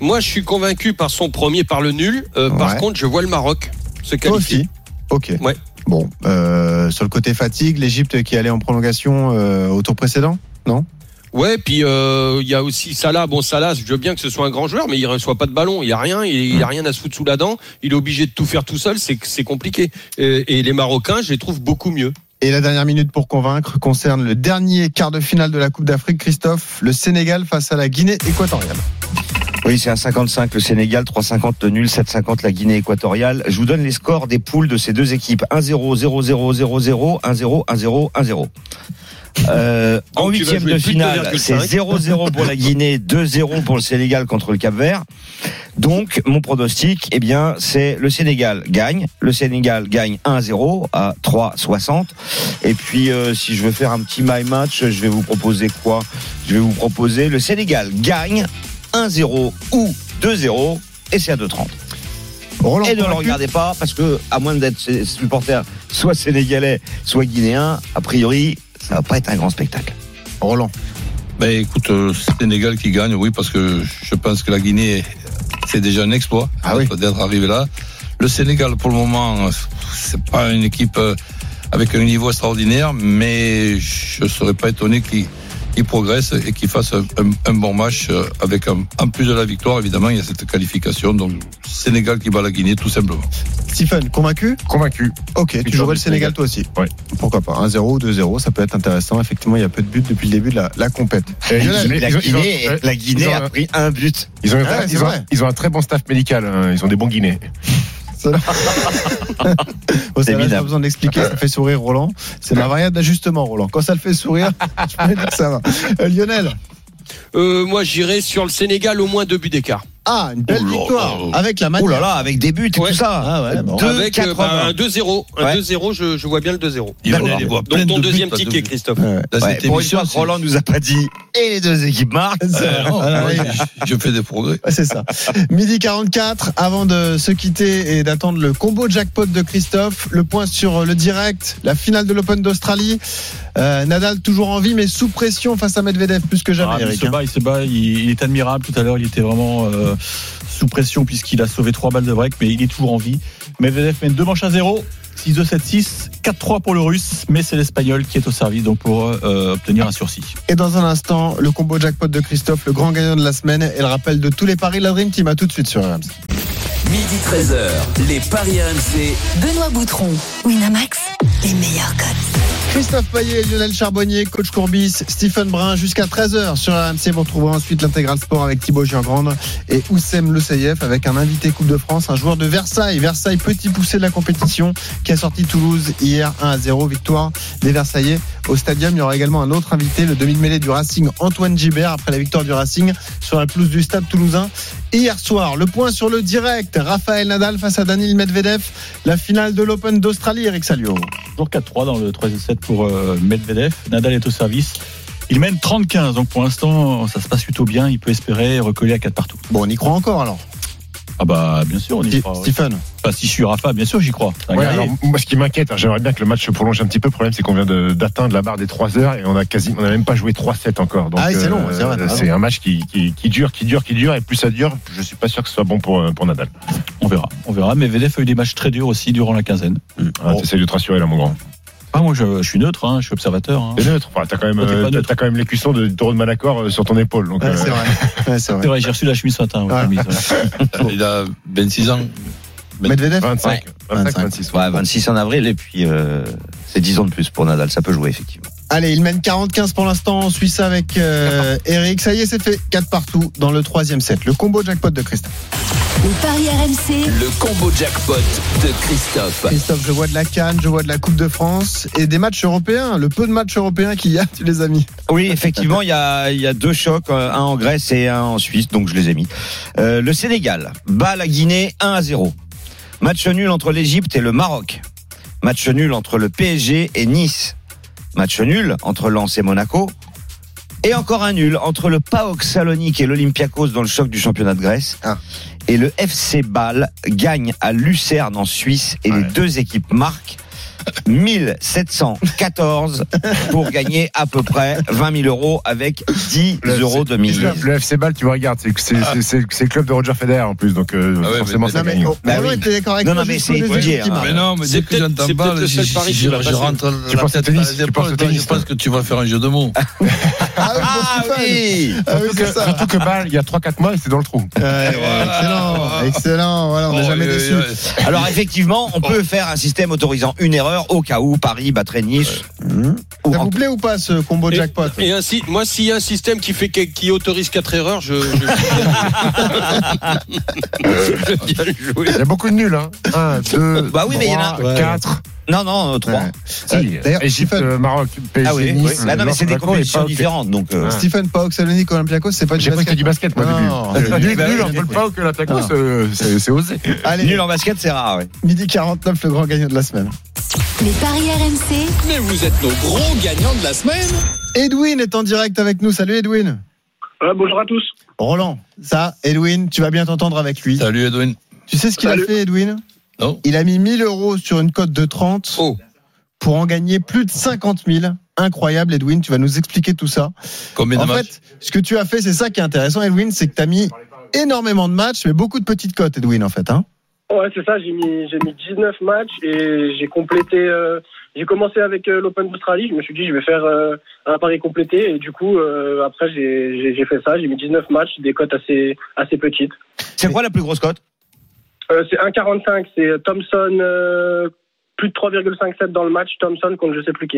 S8: Moi, je suis convaincu par son premier, par le nul. Euh,
S5: Ouais.
S8: Par contre, je vois le Maroc se
S5: Toi
S8: qualifier.
S5: aussi Ok.
S8: Ouais.
S5: Bon, euh, sur le côté fatigue, l'Égypte qui allait en prolongation euh, au tour précédent
S8: Ouais, puis euh, il y a aussi Salah. Bon, Salah, je veux bien que ce soit un grand joueur, mais il reçoit pas de ballon. Il a rien, il, il a rien à se foutre sous la dent. Il est obligé de tout faire tout seul. C'est c'est compliqué. Euh, Et, et les Marocains, je les trouve beaucoup mieux.
S5: Et la dernière minute pour convaincre concerne le dernier quart de finale de la Coupe d'Afrique, Christophe, le Sénégal face à la Guinée équatoriale.
S7: Oui, c'est 1,55 le Sénégal, 3,50 le nul, 7,50 la Guinée équatoriale. Je vous donne les scores des poules de ces deux équipes 1-0, 0-0, 0-0, 1-0, 1-0, 1-0. Euh, en
S8: Donc, tu vas
S7: huitième
S8: jouer
S7: de
S8: plus de
S7: finale,
S8: 2,5.
S7: c'est 0-0 pour la Guinée, 2-0 pour le Sénégal contre le Cap-Vert. Donc, mon pronostic, eh bien, c'est le Sénégal gagne. Le Sénégal gagne 1-0 à 3,60. Et puis, euh, si je veux faire un petit my match, je vais vous proposer quoi Je vais vous proposer le Sénégal gagne 1-0 ou 2-0 et c'est à 2,30.
S5: Roland,
S7: Et ne le
S5: convaincu
S7: regardez pas parce que, à moins d'être sé- supporter soit sénégalais, soit guinéen, a priori, ça va pas être un grand spectacle.
S5: Roland.
S9: Ben écoute, euh, Sénégal qui gagne, oui, parce que je pense que la Guinée, c'est déjà un exploit
S5: Ah oui.
S9: d'être d'être arrivé là. Le Sénégal, pour le moment, euh, c'est pas une équipe euh, avec un niveau extraordinaire, mais je ne serais pas étonné qu'il qu'il progresse et qu'il fasse un, un bon match euh, avec un- en plus de la victoire évidemment il y a cette qualification donc Sénégal qui bat la Guinée tout simplement.
S5: Stephen, convaincu
S6: Convaincu.
S5: Ok, tu jouerais le Sénégal toi aussi
S6: Ouais.
S5: Pourquoi pas 1-0 ou 2-0, ça peut être intéressant. Effectivement, il y a peu de buts depuis le début de la, la compète.
S6: Et ils-
S5: Lionel,
S6: ils- ils- ils ont- euh, ils ont-
S7: un but.
S6: Ils ont, un
S5: Ah
S6: très-
S5: ouais, c'est
S6: ils ont-
S5: vrai.
S6: ils ont un très bon staff médical. hein. Ils ont des bons Guinéens.
S5: Bon, ça, là, j'ai pas
S6: évident.
S5: besoin de l'expliquer, ça fait sourire Roland. C'est ma variable d'ajustement, Roland. Quand ça le fait sourire, je peux dire que ça va. Euh, Lionel,
S8: Euh, moi, j'irai sur le Sénégal au moins deux buts d'écart.
S5: ah, une belle
S8: Oh là
S5: victoire
S8: là.
S5: avec la
S7: Oh là
S5: manière.
S7: là, avec des buts et
S8: Ouais.
S7: tout ça.
S5: Ah ouais, bon.
S7: Deux
S8: Avec euh,
S7: 80.
S8: bah, un 2-0. Un
S7: Ouais.
S8: 2-0, je, je vois bien le 2-0.
S9: Il
S7: D'accord.
S9: les voit
S8: Donc
S9: pleines
S8: ton
S9: de buts,
S8: deuxième
S9: pas de
S8: ticket,
S9: buts.
S8: Christophe.
S5: Ouais.
S9: Dans
S7: Ouais,
S9: cette
S7: pour une
S9: émission,
S7: fois que
S9: c'est-
S7: Roland nous a pas dit et les deux équipes marquent.
S9: Euh, non,
S5: Ah,
S9: moi,
S5: oui.
S9: je- je fais des progrès.
S5: Ouais, C'est ça. Midi 44, avant de se quitter et d'attendre le combo jackpot de Christophe, le point sur le direct, la finale de l'Open d'Australie. Euh, Nadal toujours en vie, mais sous pression face à Medvedev, plus que jamais,
S12: Ah, mais il
S5: Eric.
S12: se bat, il se bat, il, il est admirable. Tout à l'heure, il était vraiment euh, sous pression puisqu'il a sauvé trois balles de break, mais il est toujours en vie. Medvedev mène deux manches à zéro. 6-2, 7-6, 4-3 pour le russe, mais c'est l'espagnol qui est au service donc pour euh, obtenir un sursis.
S5: Et dans un instant, le combo jackpot de Christophe, le grand gagnant de la semaine, et le rappel de tous les paris de la Dream Team. À tout de suite sur RMC.
S4: Midi 13h, les Paris RMC.
S3: Benoît Boutron, Winamax, les meilleurs codes.
S5: Christophe Payet, Lionel Charbonnier, coach Courbis, Stephen Brun, jusqu'à 13h sur RMC. Vous retrouverez ensuite l'intégral sport avec Thibaut Giangrande et Oussem Seyef avec un invité Coupe de France, un joueur de Versailles. Versailles, petit poussé de la compétition, qui a sorti Toulouse hier 1 à 0, victoire des Versaillais au stadium. Il y aura également un autre invité, le demi de mêlée du Racing, Antoine Gibert, après la victoire du Racing sur la pelouse du stade toulousain. Hier soir, le point sur le direct, Raphaël Nadal face à Daniel Medvedev, la finale de l'Open d'Australie, Eric Salio.
S12: Toujours 4-3 dans le 3-7 pour euh, Medvedev. Nadal est au service. Il mène 30-15, donc pour l'instant, ça se passe plutôt bien. Il peut espérer recoller à 4 partout.
S5: Bon, on y croit encore alors.
S12: Ah bah, bien sûr, on y
S5: Sti-
S12: croit. ouais.
S5: Stephen.
S12: Enfin, si je suis Rafa, bien sûr, j'y crois. C'est un
S6: Ouais,
S12: guerrier.
S6: alors, moi, ce qui m'inquiète, hein, j'aimerais bien que le match se prolonge un petit peu. Le problème, c'est qu'on vient de- d'atteindre la barre des 3 heures et on a quasi, on a même pas joué 3-7 encore. Donc, euh,
S5: Ah oui, c'est long, c'est vrai, t'as
S6: c'est un match qui, qui, qui dure, qui dure, qui dure. Et plus ça dure, je suis pas sûr que ce soit bon pour, euh, pour Nadal.
S12: On verra, on verra. Mais Medvedev a eu des matchs très durs aussi durant la quinzaine.
S6: Ah, T'essayes de te rassurer, là, mon grand.
S12: Ah, moi, je, je suis neutre, hein, je suis observateur. hein.
S6: T'es neutre. Enfin, t'as quand même,
S12: Toi, t'es
S6: euh,
S12: pas
S6: t'as
S12: neutre.
S6: t'as quand même l'écusson de du taureau de Manacor euh, sur ton épaule. Donc,
S5: Ouais,
S6: euh,
S5: c'est vrai. Ouais, c'est vrai.
S12: C'est vrai, j'ai reçu la chemise ce matin. ouais, la
S5: Ah.
S12: chemise, ouais.
S9: Il a 26 ans.
S5: Medvedev
S6: 25, 25, 26.
S7: Ouais, 26 en avril et puis euh, c'est 10 ans de plus pour Nadal, ça peut jouer effectivement.
S5: Allez, il mène 40-15 pour l'instant en Suisse avec euh, Eric. Ça y est, c'est fait. 4 partout dans le troisième set. Le combo jackpot de Christophe.
S3: Les paris RMC,
S4: Le combo jackpot de Christophe.
S5: Christophe, je vois de la Cannes, je vois de la Coupe de France et des matchs européens. Le peu de matchs européens qu'il y a, tu les as mis.
S7: Oui, effectivement, il y a, il y a deux chocs, euh, un en Grèce et un en Suisse, donc je les ai mis. Euh, le Sénégal bat la Guinée 1 à 0. Match nul entre l'Égypte et le Maroc. Match nul entre le PSG et Nice. Match nul entre Lens et Monaco. Et encore un nul entre le PAOK Salonique et l'Olympiakos dans le choc du championnat de Grèce.
S5: Ah.
S7: Et le FC Bâle gagne à Lucerne en Suisse et les deux équipes marquent 1714 pour gagner à peu près 20 000 euros avec 10
S6: Le
S7: euros de mise.
S6: Le, le FC Ball, tu vois, regarde, c'est c'est- c'est- c'est- c'est le club de Roger Federer en plus, donc euh,
S9: Ah ouais,
S6: forcément
S9: mais-
S6: ça
S9: non,
S6: gagne.
S7: Bah
S5: Roland
S7: oui.
S5: était d'accord avec
S7: Non,
S5: moi
S7: non, mais
S5: jusqu'au
S7: c'est
S5: deuxième
S7: étudié,
S5: qui
S8: Ah,
S7: hein.
S5: marque.
S9: Mais non, mais
S8: C'est
S9: dès que
S8: peut-être-
S9: j'entends
S8: c'est
S9: pas,
S8: peut-être le seul pari
S9: je,
S8: qui va
S9: je
S8: passer.
S9: rentre la
S6: Tu penses au
S9: tête dans
S6: tennis,
S9: les
S6: tu
S9: épaules,
S6: penses au
S9: donc
S6: tennis,
S9: je pense
S6: toi.
S9: que tu vas faire un jeu de mots.
S5: Ah oui, pour
S7: Ah
S5: Stéphane.
S7: oui
S5: Ah oui,
S6: Surtout
S5: c'est
S6: que,
S5: ça.
S6: surtout que Ball, il y a 3-4 mois, c'est dans le trou.
S5: Ouais, ouais,
S7: Ah.
S5: excellent, excellent. Voilà, on n'est
S9: Oh,
S5: jamais
S9: ouais,
S5: déçu.
S9: ouais.
S7: Alors effectivement, on peut faire un système autorisant une erreur au cas où Paris battrait Nice. Ou
S5: Ça
S7: en-
S5: vous plaît ou pas ce combo
S8: Et-
S5: jackpot
S8: Et ainsi, moi, s'il y a un système qui fait que- qui autorise quatre erreurs, je, je- je veux bien le jouer.
S6: Il y a beaucoup de nuls, hein. 1, 2,
S7: Bah oui, mais il y en a-
S5: Ouais.
S6: 4.
S7: Non, non, euh, trois.
S5: Ouais.
S6: Si,
S5: D'ailleurs,
S6: Égypte,
S5: Stephen-
S6: euh, Maroc, PSG,
S7: Ah oui, oui.
S6: Nice.
S7: Là, non, mais c'est des
S6: Monaco et
S7: compétitions
S6: PAOK.
S7: différentes. Donc, euh,
S6: Ouais.
S5: Ah. Stephen Paok, Salonique, Olympiakos, c'est pas du
S6: J'ai cru que c'était
S5: basket. hein.
S6: du basket, moi,
S5: Non,
S6: au début.
S5: c'est du
S6: Nul,
S5: basket,
S6: nul, on ne
S5: Ah, bah oui.
S6: peut pas que
S5: Non.
S6: l'Atacos, euh, c'est c'est osé.
S5: Allez,
S7: nul en basket, c'est rare. ouais.
S5: midi 49, le grand gagnant de la semaine.
S3: les paris RMC,
S4: Mais vous êtes nos gros gagnants de la semaine.
S5: Edwin est en direct avec nous. Salut Edwin.
S14: Ouais, Euh, bonjour à tous.
S5: Roland, ça, Edwin, tu vas bien t'entendre avec lui.
S9: Salut Edwin.
S5: Tu sais ce qu'il a
S14: Salut.
S5: fait, Edwin
S9: Non.
S5: Il a mis 1000 euros sur une cote de 30
S8: Oh.
S5: pour en gagner plus de 50 000. Incroyable, Edwin, tu vas nous expliquer tout ça.
S9: Combien de
S5: en
S9: matchs
S5: fait, ce que tu as fait, c'est ça qui est intéressant, Edwin, c'est que tu as mis énormément de matchs, mais beaucoup de petites cotes, Edwin, en fait. Hein
S14: Ouais, c'est ça, j'ai mis, j'ai mis 19 matchs et j'ai complété. euh, j'ai commencé avec euh, l'Open d'Australie, je me suis dit, je vais faire euh, un pari complété et du coup, euh, après, j'ai, j'ai- j'ai fait ça, j'ai mis 19 matchs, des cotes assez, assez petites.
S7: C'est quoi la plus grosse cote
S14: Euh, c'est 1,45, c'est Thompson, euh, plus de 3,57 dans le match, Thompson contre je sais plus qui.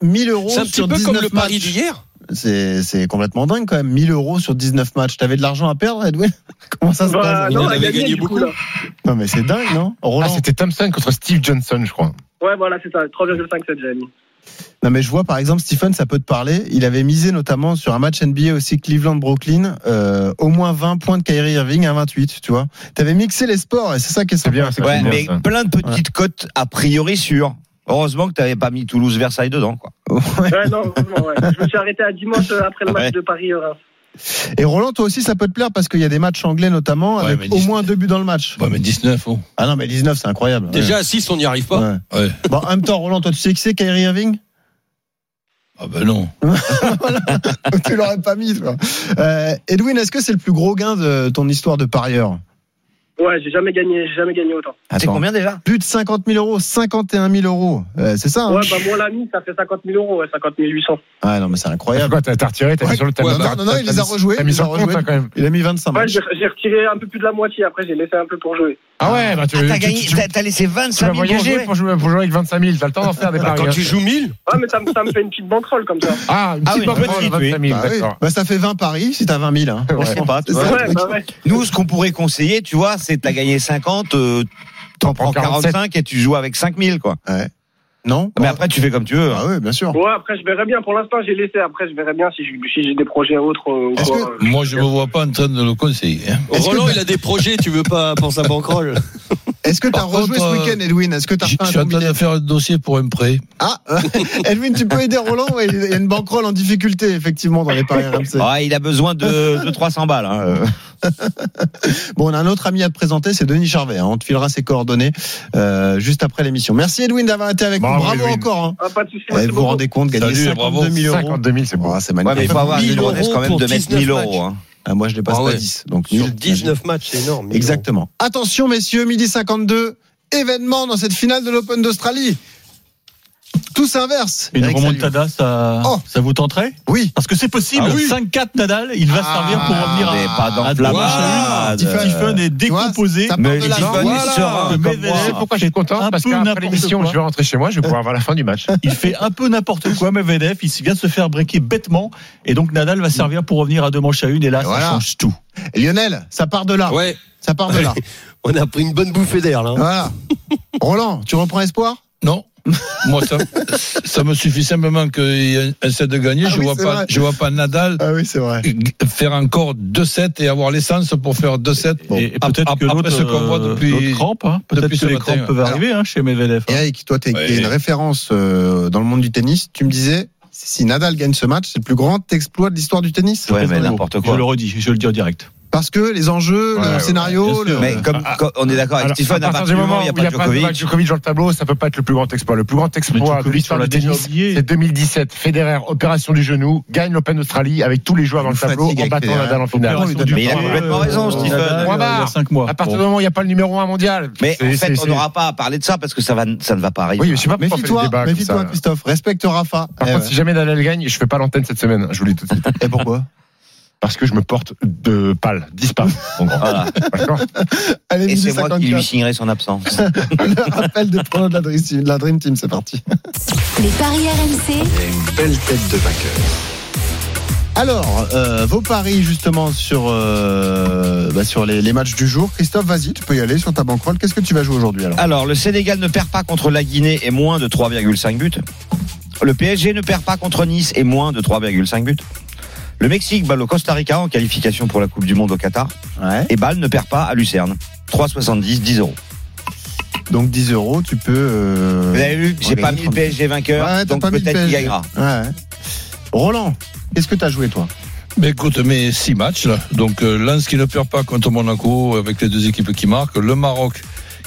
S5: 1000 euros
S14: C'est un petit
S5: sur
S14: peu
S5: 19
S14: comme le
S5: matchs.
S14: pari d'hier.
S5: C'est c'est complètement dingue quand même. 1000 euros sur 19 matchs. T'avais de l'argent à perdre, Edwin Comment ça se
S14: Bah,
S5: passe
S14: non, on a gagné, du coup, là.
S5: Non, mais c'est dingue, non
S6: Ah, c'était Thompson contre Steve Johnson, je crois.
S14: Ouais, voilà, c'est ça, 3,57 j'ai mis.
S5: Non, mais je vois par exemple, Stephen, ça peut te parler. Il avait misé notamment sur un match NBA aussi Cleveland-Brooklyn, euh, au moins 20 points de Kyrie Irving à 28, tu vois. T'avais mixé les sports et c'est ça qui est sympa.
S6: bien,
S7: Ouais, mais plein de petites cotes a priori sûres. Heureusement que tu n'avais pas mis Toulouse-Versailles dedans. Quoi.
S14: Ouais, non, vraiment, ouais. Je me suis arrêté à dimanche euh, après le match
S7: Ouais.
S14: de Paris-Reims.
S5: Et Roland, toi aussi, ça peut te plaire parce qu'il y a des matchs anglais notamment
S9: Ouais, mais
S5: avec au
S9: 10
S5: moins deux buts dans le match.
S9: Ouais, mais 19, oh.
S5: Ah non, mais 19, c'est incroyable.
S8: Déjà à 6, on n'y arrive pas.
S9: Ouais. Ouais.
S5: Bon, en même temps, Roland, toi, tu sais qui c'est Kyrie Irving
S9: Ah ben non.
S5: Voilà. Tu l'aurais pas mis, toi. Euh, Edwin, est-ce que c'est le plus gros gain de ton histoire de parieur
S14: Ouais, j'ai jamais gagné, j'ai jamais gagné autant.
S7: C'est combien déjà
S5: Plus de 50 000 euros, 51 000 euros. Euh, c'est ça hein
S14: Ouais, bah moi l'ami, ça fait 50 000 euros, ouais, 50 800.
S5: Ah non, mais c'est
S6: C'est
S5: incroyable.
S6: quoi, t'as t'as retiré, t'as mis sur le
S5: Ouais, bah,
S6: tableau.
S5: non, non, non,
S6: t'as-
S5: il les
S6: t'as
S5: a
S6: mis-
S5: rejoués.
S6: T'as mis
S5: il les a
S6: sur le compte,
S5: rejoués.
S6: hein, quand même.
S5: Il a mis hein. 25
S14: Ouais,
S5: matchs.
S14: j'ai j'ai retiré un peu plus de la moitié, après j'ai laissé un peu pour jouer.
S6: Ah ouais, bah tu
S7: Ah, t'as
S6: tu-
S7: gagné,
S6: tu-
S7: t'as- t'as laissé
S6: Tu
S7: 25
S6: vas
S7: 000 pour
S6: voyager
S7: jouer.
S6: pour jouer, pour jouer avec 25 000, t'as le temps d'en faire des paris.
S8: Quand
S6: hein.
S8: tu joues 1000,
S14: Ouais, mais ça me, ça me fait une petite banquerolle comme ça.
S6: Ah, une
S7: Ah
S6: petite
S7: oui,
S6: banquerolle,
S7: petite,
S6: 25 000,
S5: Bah, oui.
S6: d'accord.
S5: Bah, ça fait 20 paris si t'as 20 000. Hein.
S7: Je sais pas, tu vois.
S5: Ouais,
S14: Ouais, bah ouais.
S7: Nous, ce qu'on pourrait conseiller, tu vois, c'est t'as gagné 50, euh, t'en prends
S6: 47.
S7: 45 et tu joues avec 5 000, quoi.
S5: Ouais. Non
S7: Mais après, tu fais comme tu veux.
S5: Ah oui, bien sûr.
S14: Ouais, après je verrai bien. Pour l'instant, j'ai laissé. Après, je verrai bien si j'ai si j'ai des projets autres euh, ou
S5: Est-ce
S14: quoi.
S5: que-
S14: Euh,
S9: Moi, je me vois pas en train de le conseiller. hein.
S5: Est-ce que
S8: Roland,
S5: t'as-
S8: il a des projets, tu veux pas penser à banquerolle
S5: Est-ce que t'as
S9: Par
S5: rejoué
S9: contre, euh,
S5: ce week-end, Edwin Est-ce que t'as
S9: Je
S5: refait un
S9: suis en train
S5: combiné
S9: de faire un dossier pour un prêt.
S5: Ah, Edwin, tu peux aider Roland Ouais, Il y a une banquerolle en difficulté, effectivement, dans les paris RMC.
S7: Ah, il a besoin de, de 300 balles. hein, euh.
S5: Bon, on a un autre ami à te présenter, c'est Denis Charvet. hein. On te filera ses coordonnées euh, juste après l'émission. Merci Edwin d'avoir été avec
S6: Bravo,
S5: nous. Bravo
S6: Edwin.
S5: encore. hein.
S14: Ah, pas de soucis.
S5: Eh,
S14: merci
S5: vous vous
S14: beaucoup.
S5: rendez compte, gagner
S9: Salut et
S5: 52
S9: bravo.
S5: 000 euros.
S6: 52 000, c'est bon.
S5: Ah, c'est
S7: Ouais, mais il
S5: magnifique.
S7: faut avoir une
S8: 1000 euros
S7: quand même
S8: pour
S7: de mettre
S8: 19
S7: 1000
S8: matchs.
S7: euros. hein.
S5: Ah, moi, je ne dépasse
S8: Ah
S5: pas
S8: ouais.
S5: 10. Donc,
S8: Sur
S5: nul.
S8: 19 matchs, c'est énorme.
S5: Exactement. Attention, messieurs, midi 52, événement dans cette finale de l'Open d'Australie. Tout s'inverse.
S12: Une
S5: Eric
S12: remontada, ça,
S5: Oh.
S12: ça vous tenterait
S5: Salio. Oui.
S12: Parce que c'est possible.
S5: Ah oui.
S12: 5-4 Nadal, il va
S5: Ah,
S12: servir pour revenir
S7: mais
S12: à.
S7: pas
S12: à
S7: dans
S12: deux
S7: la
S12: matchs à une.
S7: malade.
S12: Stephen- Stephen est
S5: Tu vois,
S12: décomposé.
S5: ça part
S7: Mais
S5: de là.
S7: Stephen
S5: Voilà.
S7: est serein.
S12: Mais
S7: comme
S6: Vous savez
S12: Medvedev,
S7: moi.
S6: pourquoi je suis
S12: Un
S6: content Parce
S12: peu
S6: qu'après
S12: n'importe
S6: l'émission,
S12: quoi.
S6: je vais rentrer chez moi, je vais pouvoir voir la fin du match.
S12: Il fait un peu n'importe quoi, Medvedev. Il vient de se faire breaker bêtement. Et donc Nadal va servir pour revenir à deux manches à une. Et là,
S5: Voilà.
S12: ça change tout.
S5: Lionel, ça part de là.
S8: Ouais,
S5: Ça part de là.
S8: on a pris une bonne bouffée d'air là.
S5: Voilà. Roland, tu reprends espoir
S9: Non. Moi, ça, ça me suffit simplement qu'il y ait un set de gagner.
S5: Ah
S9: je
S5: oui,
S9: vois
S5: c'est
S9: pas,
S5: vrai.
S9: je vois pas Nadal
S5: Ah oui, c'est vrai.
S9: faire encore deux sets et avoir l'essence pour faire deux sets.
S12: Et, et
S9: Ap-
S12: peut-être
S9: ap-
S12: que
S9: après
S12: l'autre
S9: ce qu'on voit
S12: euh,
S9: depuis-
S12: l'autre crampe, hein. peut-être
S9: depuis
S12: que
S9: ce
S12: les
S9: matin,
S12: crampes
S9: ouais.
S12: peuvent arriver hein, chez Medvedev. hein.
S5: Eric, toi, tu es,
S9: Ouais.
S5: une référence euh, dans le monde du tennis. Tu me disais, si Nadal gagne ce match, c'est le plus grand exploit de l'histoire du tennis.
S7: Ouais, mais n'importe
S12: Je
S7: quoi.
S12: le redis, je le dis en direct.
S5: Parce que les enjeux,
S6: Ouais,
S5: le
S6: ouais,
S5: scénario,
S12: bien sûr.
S5: le-
S7: Mais comme,
S6: Ah,
S7: comme- on est d'accord avec
S6: Alors,
S7: Stephen, à partir du moment où il n'y a pas
S6: Novak
S7: Djokovic,
S6: Djokovic dans le tableau, ça peut pas être le plus grand exploit. Le plus grand
S12: Mais
S6: exploit de
S12: Djokovic, on
S6: l'histoire
S12: l'a
S6: du
S12: déjà
S6: tennis,
S12: oublié.
S6: c'est 2017. Federer, opération du genou, gagne l'Open d'Australie avec tous les joueurs dans le
S5: Une
S6: tableau
S5: fatigue
S6: en
S5: avec
S6: battant
S5: Federer.
S6: Nadal en
S12: Mais
S6: finale.
S7: Mais il a
S6: euh,
S7: complètement raison, Stephen.
S12: Il y a 5 mois.
S6: À partir
S12: Bon.
S6: du moment où il n'y a pas le numéro 1 mondial.
S7: mais en
S6: c'est- c'est-
S7: fait, on
S6: c'est-
S7: n'aura pas à parler de ça parce que ça, va, ça ne va pas arriver.
S6: Oui, mais je sais pas pourquoi on fait le
S5: méfie-toi,
S6: débat comme
S5: méfie-toi,
S6: ça.
S5: Christophe. Respecte Rafa.
S6: Par
S5: Eh
S6: contre,
S5: ouais.
S6: si jamais Nadal gagne, je fais pas l'antenne cette semaine. hein, Je vous le dis tout de suite.
S5: Et pourquoi
S6: Parce que je me porte de pâle, dispar. En gros.
S7: Voilà.
S6: D'accord
S5: Allez,
S7: Et
S5: midi
S7: c'est moi qui
S5: 54.
S7: lui signerai son absence.
S5: Le rappel des pronos de la Dream Team- de la Dream Team, c'est parti.
S3: Les paris RMC,
S2: Belle tête de vainqueur.
S5: Alors, euh, vos paris justement sur, euh, bah, sur les, les matchs du jour. Christophe, vas-y, tu peux y aller sur ta banquerolle. Qu'est-ce que tu vas jouer aujourd'hui alors
S7: Alors, le Sénégal ne perd pas contre la Guinée et moins de 3,5 buts. Le PSG ne perd pas contre Nice et moins de 3,5 buts. Le Mexique bat le Costa Rica en qualification pour la Coupe du Monde au Qatar.
S5: Ouais.
S7: Et Bâle ne perd pas à Lucerne. 3,70, 10 euros.
S5: Donc 10 euros, tu peux. euh,
S7: Vous avez vu, j'ai
S5: ouais,
S7: pas mis le PSG vainqueur,
S5: Ouais, t'as
S7: donc
S5: pas mis le
S7: peut-être qu'il
S5: PSG.
S7: gagnera.
S5: Ouais. Roland, qu'est-ce que tu as joué toi
S9: Mais écoute, mes six matchs, là. Donc, euh, Lens qui ne perd pas contre Monaco avec les deux équipes qui marquent. Le Maroc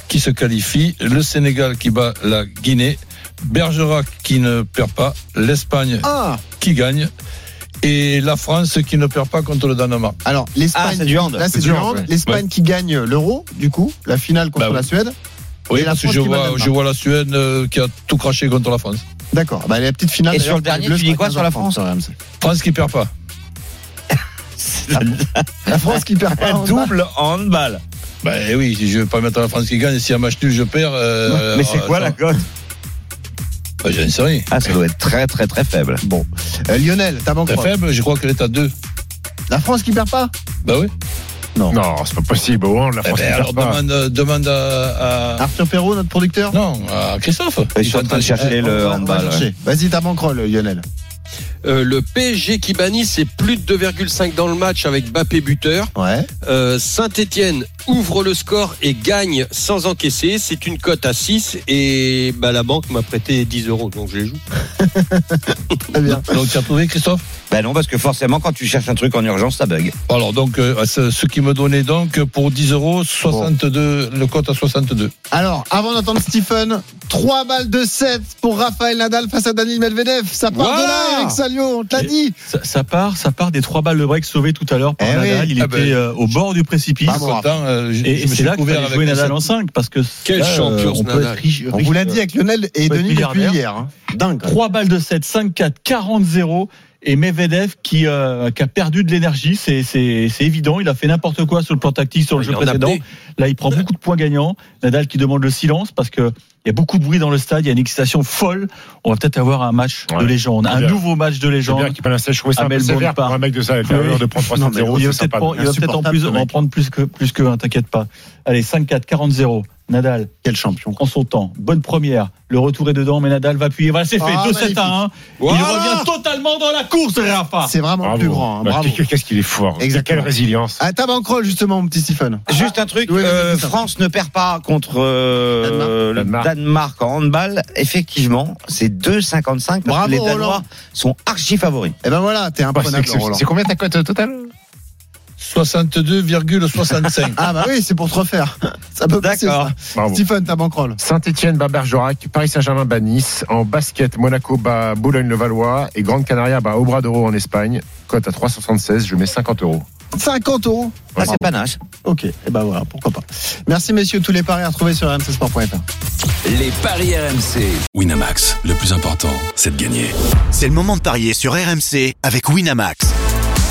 S9: qui se qualifie. Le Sénégal qui bat la Guinée. Bergerac qui ne perd pas. L'Espagne
S5: Ah
S9: qui gagne. et la France qui ne perd pas contre le Danemark.
S5: Alors, l'Espagne.
S9: Ah, c'est du hand.
S5: Là, c'est du
S9: C'est du hand,
S5: hand.
S9: ouais.
S5: L'Espagne
S9: Ouais.
S5: qui gagne l'euro, du coup, la finale contre
S9: Bah oui.
S5: la Suède.
S9: Oui,
S5: Et la
S9: parce que
S5: France
S9: je
S5: qui bat le
S9: vois,
S5: Danemark.
S9: je vois la Suède euh, qui a tout craché contre la France.
S5: D'accord. Bah, la petite finale.
S9: Et
S5: d'ailleurs,
S9: sur le dernier,
S5: les Bleus
S9: tu dis
S5: seront
S9: quoi sur la
S5: 15 en
S9: France France qui perd pas.
S5: La France qui perd pas. en
S7: Double handball.
S9: Ben oui, si je ne veux pas mettre la France qui gagne. Si un match nul, je perds. euh,
S7: Mais c'est
S9: euh,
S7: quoi
S9: ça-
S7: la cote
S9: Ben, J'en sais rien.
S7: Ah, ça doit être très très très faible.
S5: Bon. Euh, Lionel, t'as manqué.
S9: Très faible, je crois qu'elle est à 2.
S5: La France qui perd pas
S12: Bah
S9: Ben oui.
S5: Non.
S6: Non, c'est pas possible. Au Hollande, la
S9: Eh
S7: Oh,
S6: France.
S9: ben,
S6: ne
S9: alors
S6: perd pas.
S9: demande, euh, demande à, à-
S5: Arthur Perrault, notre producteur
S9: Non,
S12: euh,
S9: à Christophe.
S7: Bah, Ils sont en train de chercher
S5: Eh, on
S7: le
S5: va- on va
S7: handball. ouais.
S5: chercher. Vas-y, t'as manqué, Lionel.
S8: Euh, le PSG qui bannit, c'est plus de 2,5 dans le match avec Bappé buteur.
S5: Ouais.
S8: Euh, Saint-Etienne ouvre le score et gagne sans encaisser. C'est une cote à 6 et bah, la banque m'a prêté 10 euros, donc je les joue.
S5: Très bien.
S9: Donc tu as trouvé Christophe
S7: Ben non, parce que forcément, quand tu cherches un truc en urgence, ça bug.
S9: Alors donc euh, ce, ce qui me donnait donc pour 10 euros 62 le cote à 62.
S5: Alors, avant d'entendre Stephen, 3 balles de 7 pour Raphaël Nadal face à Daniel Medvedev. Ça part de là,
S12: Voilà
S5: Eric Salio, on te l'a dit.
S12: Ça, ça part, ça part des trois balles de break sauvées tout à l'heure par
S5: Eh
S12: Nadal.
S5: oui.
S12: Il
S9: Ah
S12: était
S9: ben,
S12: euh, au bord du précipice.
S5: Bravo. Bravo.
S9: Pourtant, euh, je-
S12: Et,
S9: je
S12: et
S9: me
S12: c'est
S9: suis
S12: là qu'il
S9: couvert
S12: fallait
S9: avec
S12: jouer
S9: un
S12: Nadal
S9: sept.
S12: en 5 parce que
S8: Quel
S12: là, euh,
S8: champion, ce
S12: on peut
S8: Nadal.
S12: être riche,
S5: On
S12: riche,
S5: vous l'a
S12: euh,
S5: dit avec Lionel et
S12: faut être
S5: Denis depuis
S12: milliardaire.
S5: hier. hein. Dingue.
S12: 3 balles de 7, 5-4, 40-0. Et Medvedev qui, euh, qui a perdu de l'énergie, c'est c'est- c'est évident. Il a fait n'importe quoi sur le plan tactique, sur le
S8: Il
S12: jeu
S8: en a
S12: précédent.
S8: pris.
S12: Là, il prend beaucoup de points gagnants. Nadal qui demande le silence parce que il y a beaucoup de bruit dans le stade. Il y a une excitation folle. On va peut-être avoir un match de
S6: Ouais.
S12: légende, un
S6: Ah Bien.
S12: nouveau match de
S6: C'est
S12: légende.
S6: bien qu'il peut l'installer. Je trouvais ça un peu
S12: Amel
S6: sévère pour
S12: Bompard.
S6: un mec de ça. Il
S12: Oui.
S6: de prendre
S12: Non, mais
S6: 3-0.
S12: il va peut-être
S6: c'est sympa.
S12: pas- il va peut-être en,
S5: Insupportable,
S6: Ah,
S12: plus
S5: ce
S12: en
S5: mec.
S12: prendre plus que plus que un, t'inquiète pas. Allez, 5-4, 40-0. Nadal
S5: Quel champion.
S12: prend son temps. Bonne première. Le retour est dedans, mais Nadal va appuyer. Voilà, bah, c'est fait.
S5: Ah,
S12: 2-7 à 1. hein. Il
S8: Voilà.
S12: revient totalement dans la course, Rafa.
S5: C'est vraiment le
S6: Bravo.
S5: plus grand. hein,
S6: Bah,
S5: Bravo.
S6: Qu'est-ce qu'il est fort.
S5: Exactement.
S6: Quelle résilience.
S5: Ah, t'as banquerolle, justement, mon petit Stephen.
S7: Juste un truc,
S5: Oui, vas-y,
S7: euh,
S5: Christophe.
S7: France ne perd pas contre euh,
S6: Danemark.
S7: le Danemark en handball. Effectivement, c'est 2,55 parce que
S5: Bravo,
S7: les
S5: Roland.
S7: Danois sont archi favoris.
S5: Eh ben voilà, t'es
S6: Bah,
S5: imprenable,
S6: c'est- c'est-
S5: Roland.
S6: C'est combien ta
S7: euh,
S6: cote totale
S9: 62,65.
S5: Ah bah oui, c'est pour te refaire. Ça peut passer.
S7: D'accord.
S5: ça.
S6: Bravo.
S5: Stephen, t'as banquerolle.
S6: Saint-Etienne bat Bergerac, Paris Saint-Germain bat Nice, en basket Monaco bat Boulogne-le-Valois et Grande Canaria bah, bat Obradoro en Espagne. Cote à 376, je mets 50 euros.
S5: 50 euros.
S7: Ah, c'est panache.
S5: Ok, et ben voilà, pourquoi pas. Merci messieurs, tous les paris à retrouver sur rmcsport.fr.
S4: Les paris RMC.
S1: Winamax, le plus important, c'est de gagner.
S2: C'est le moment de parier sur RMC avec Winamax.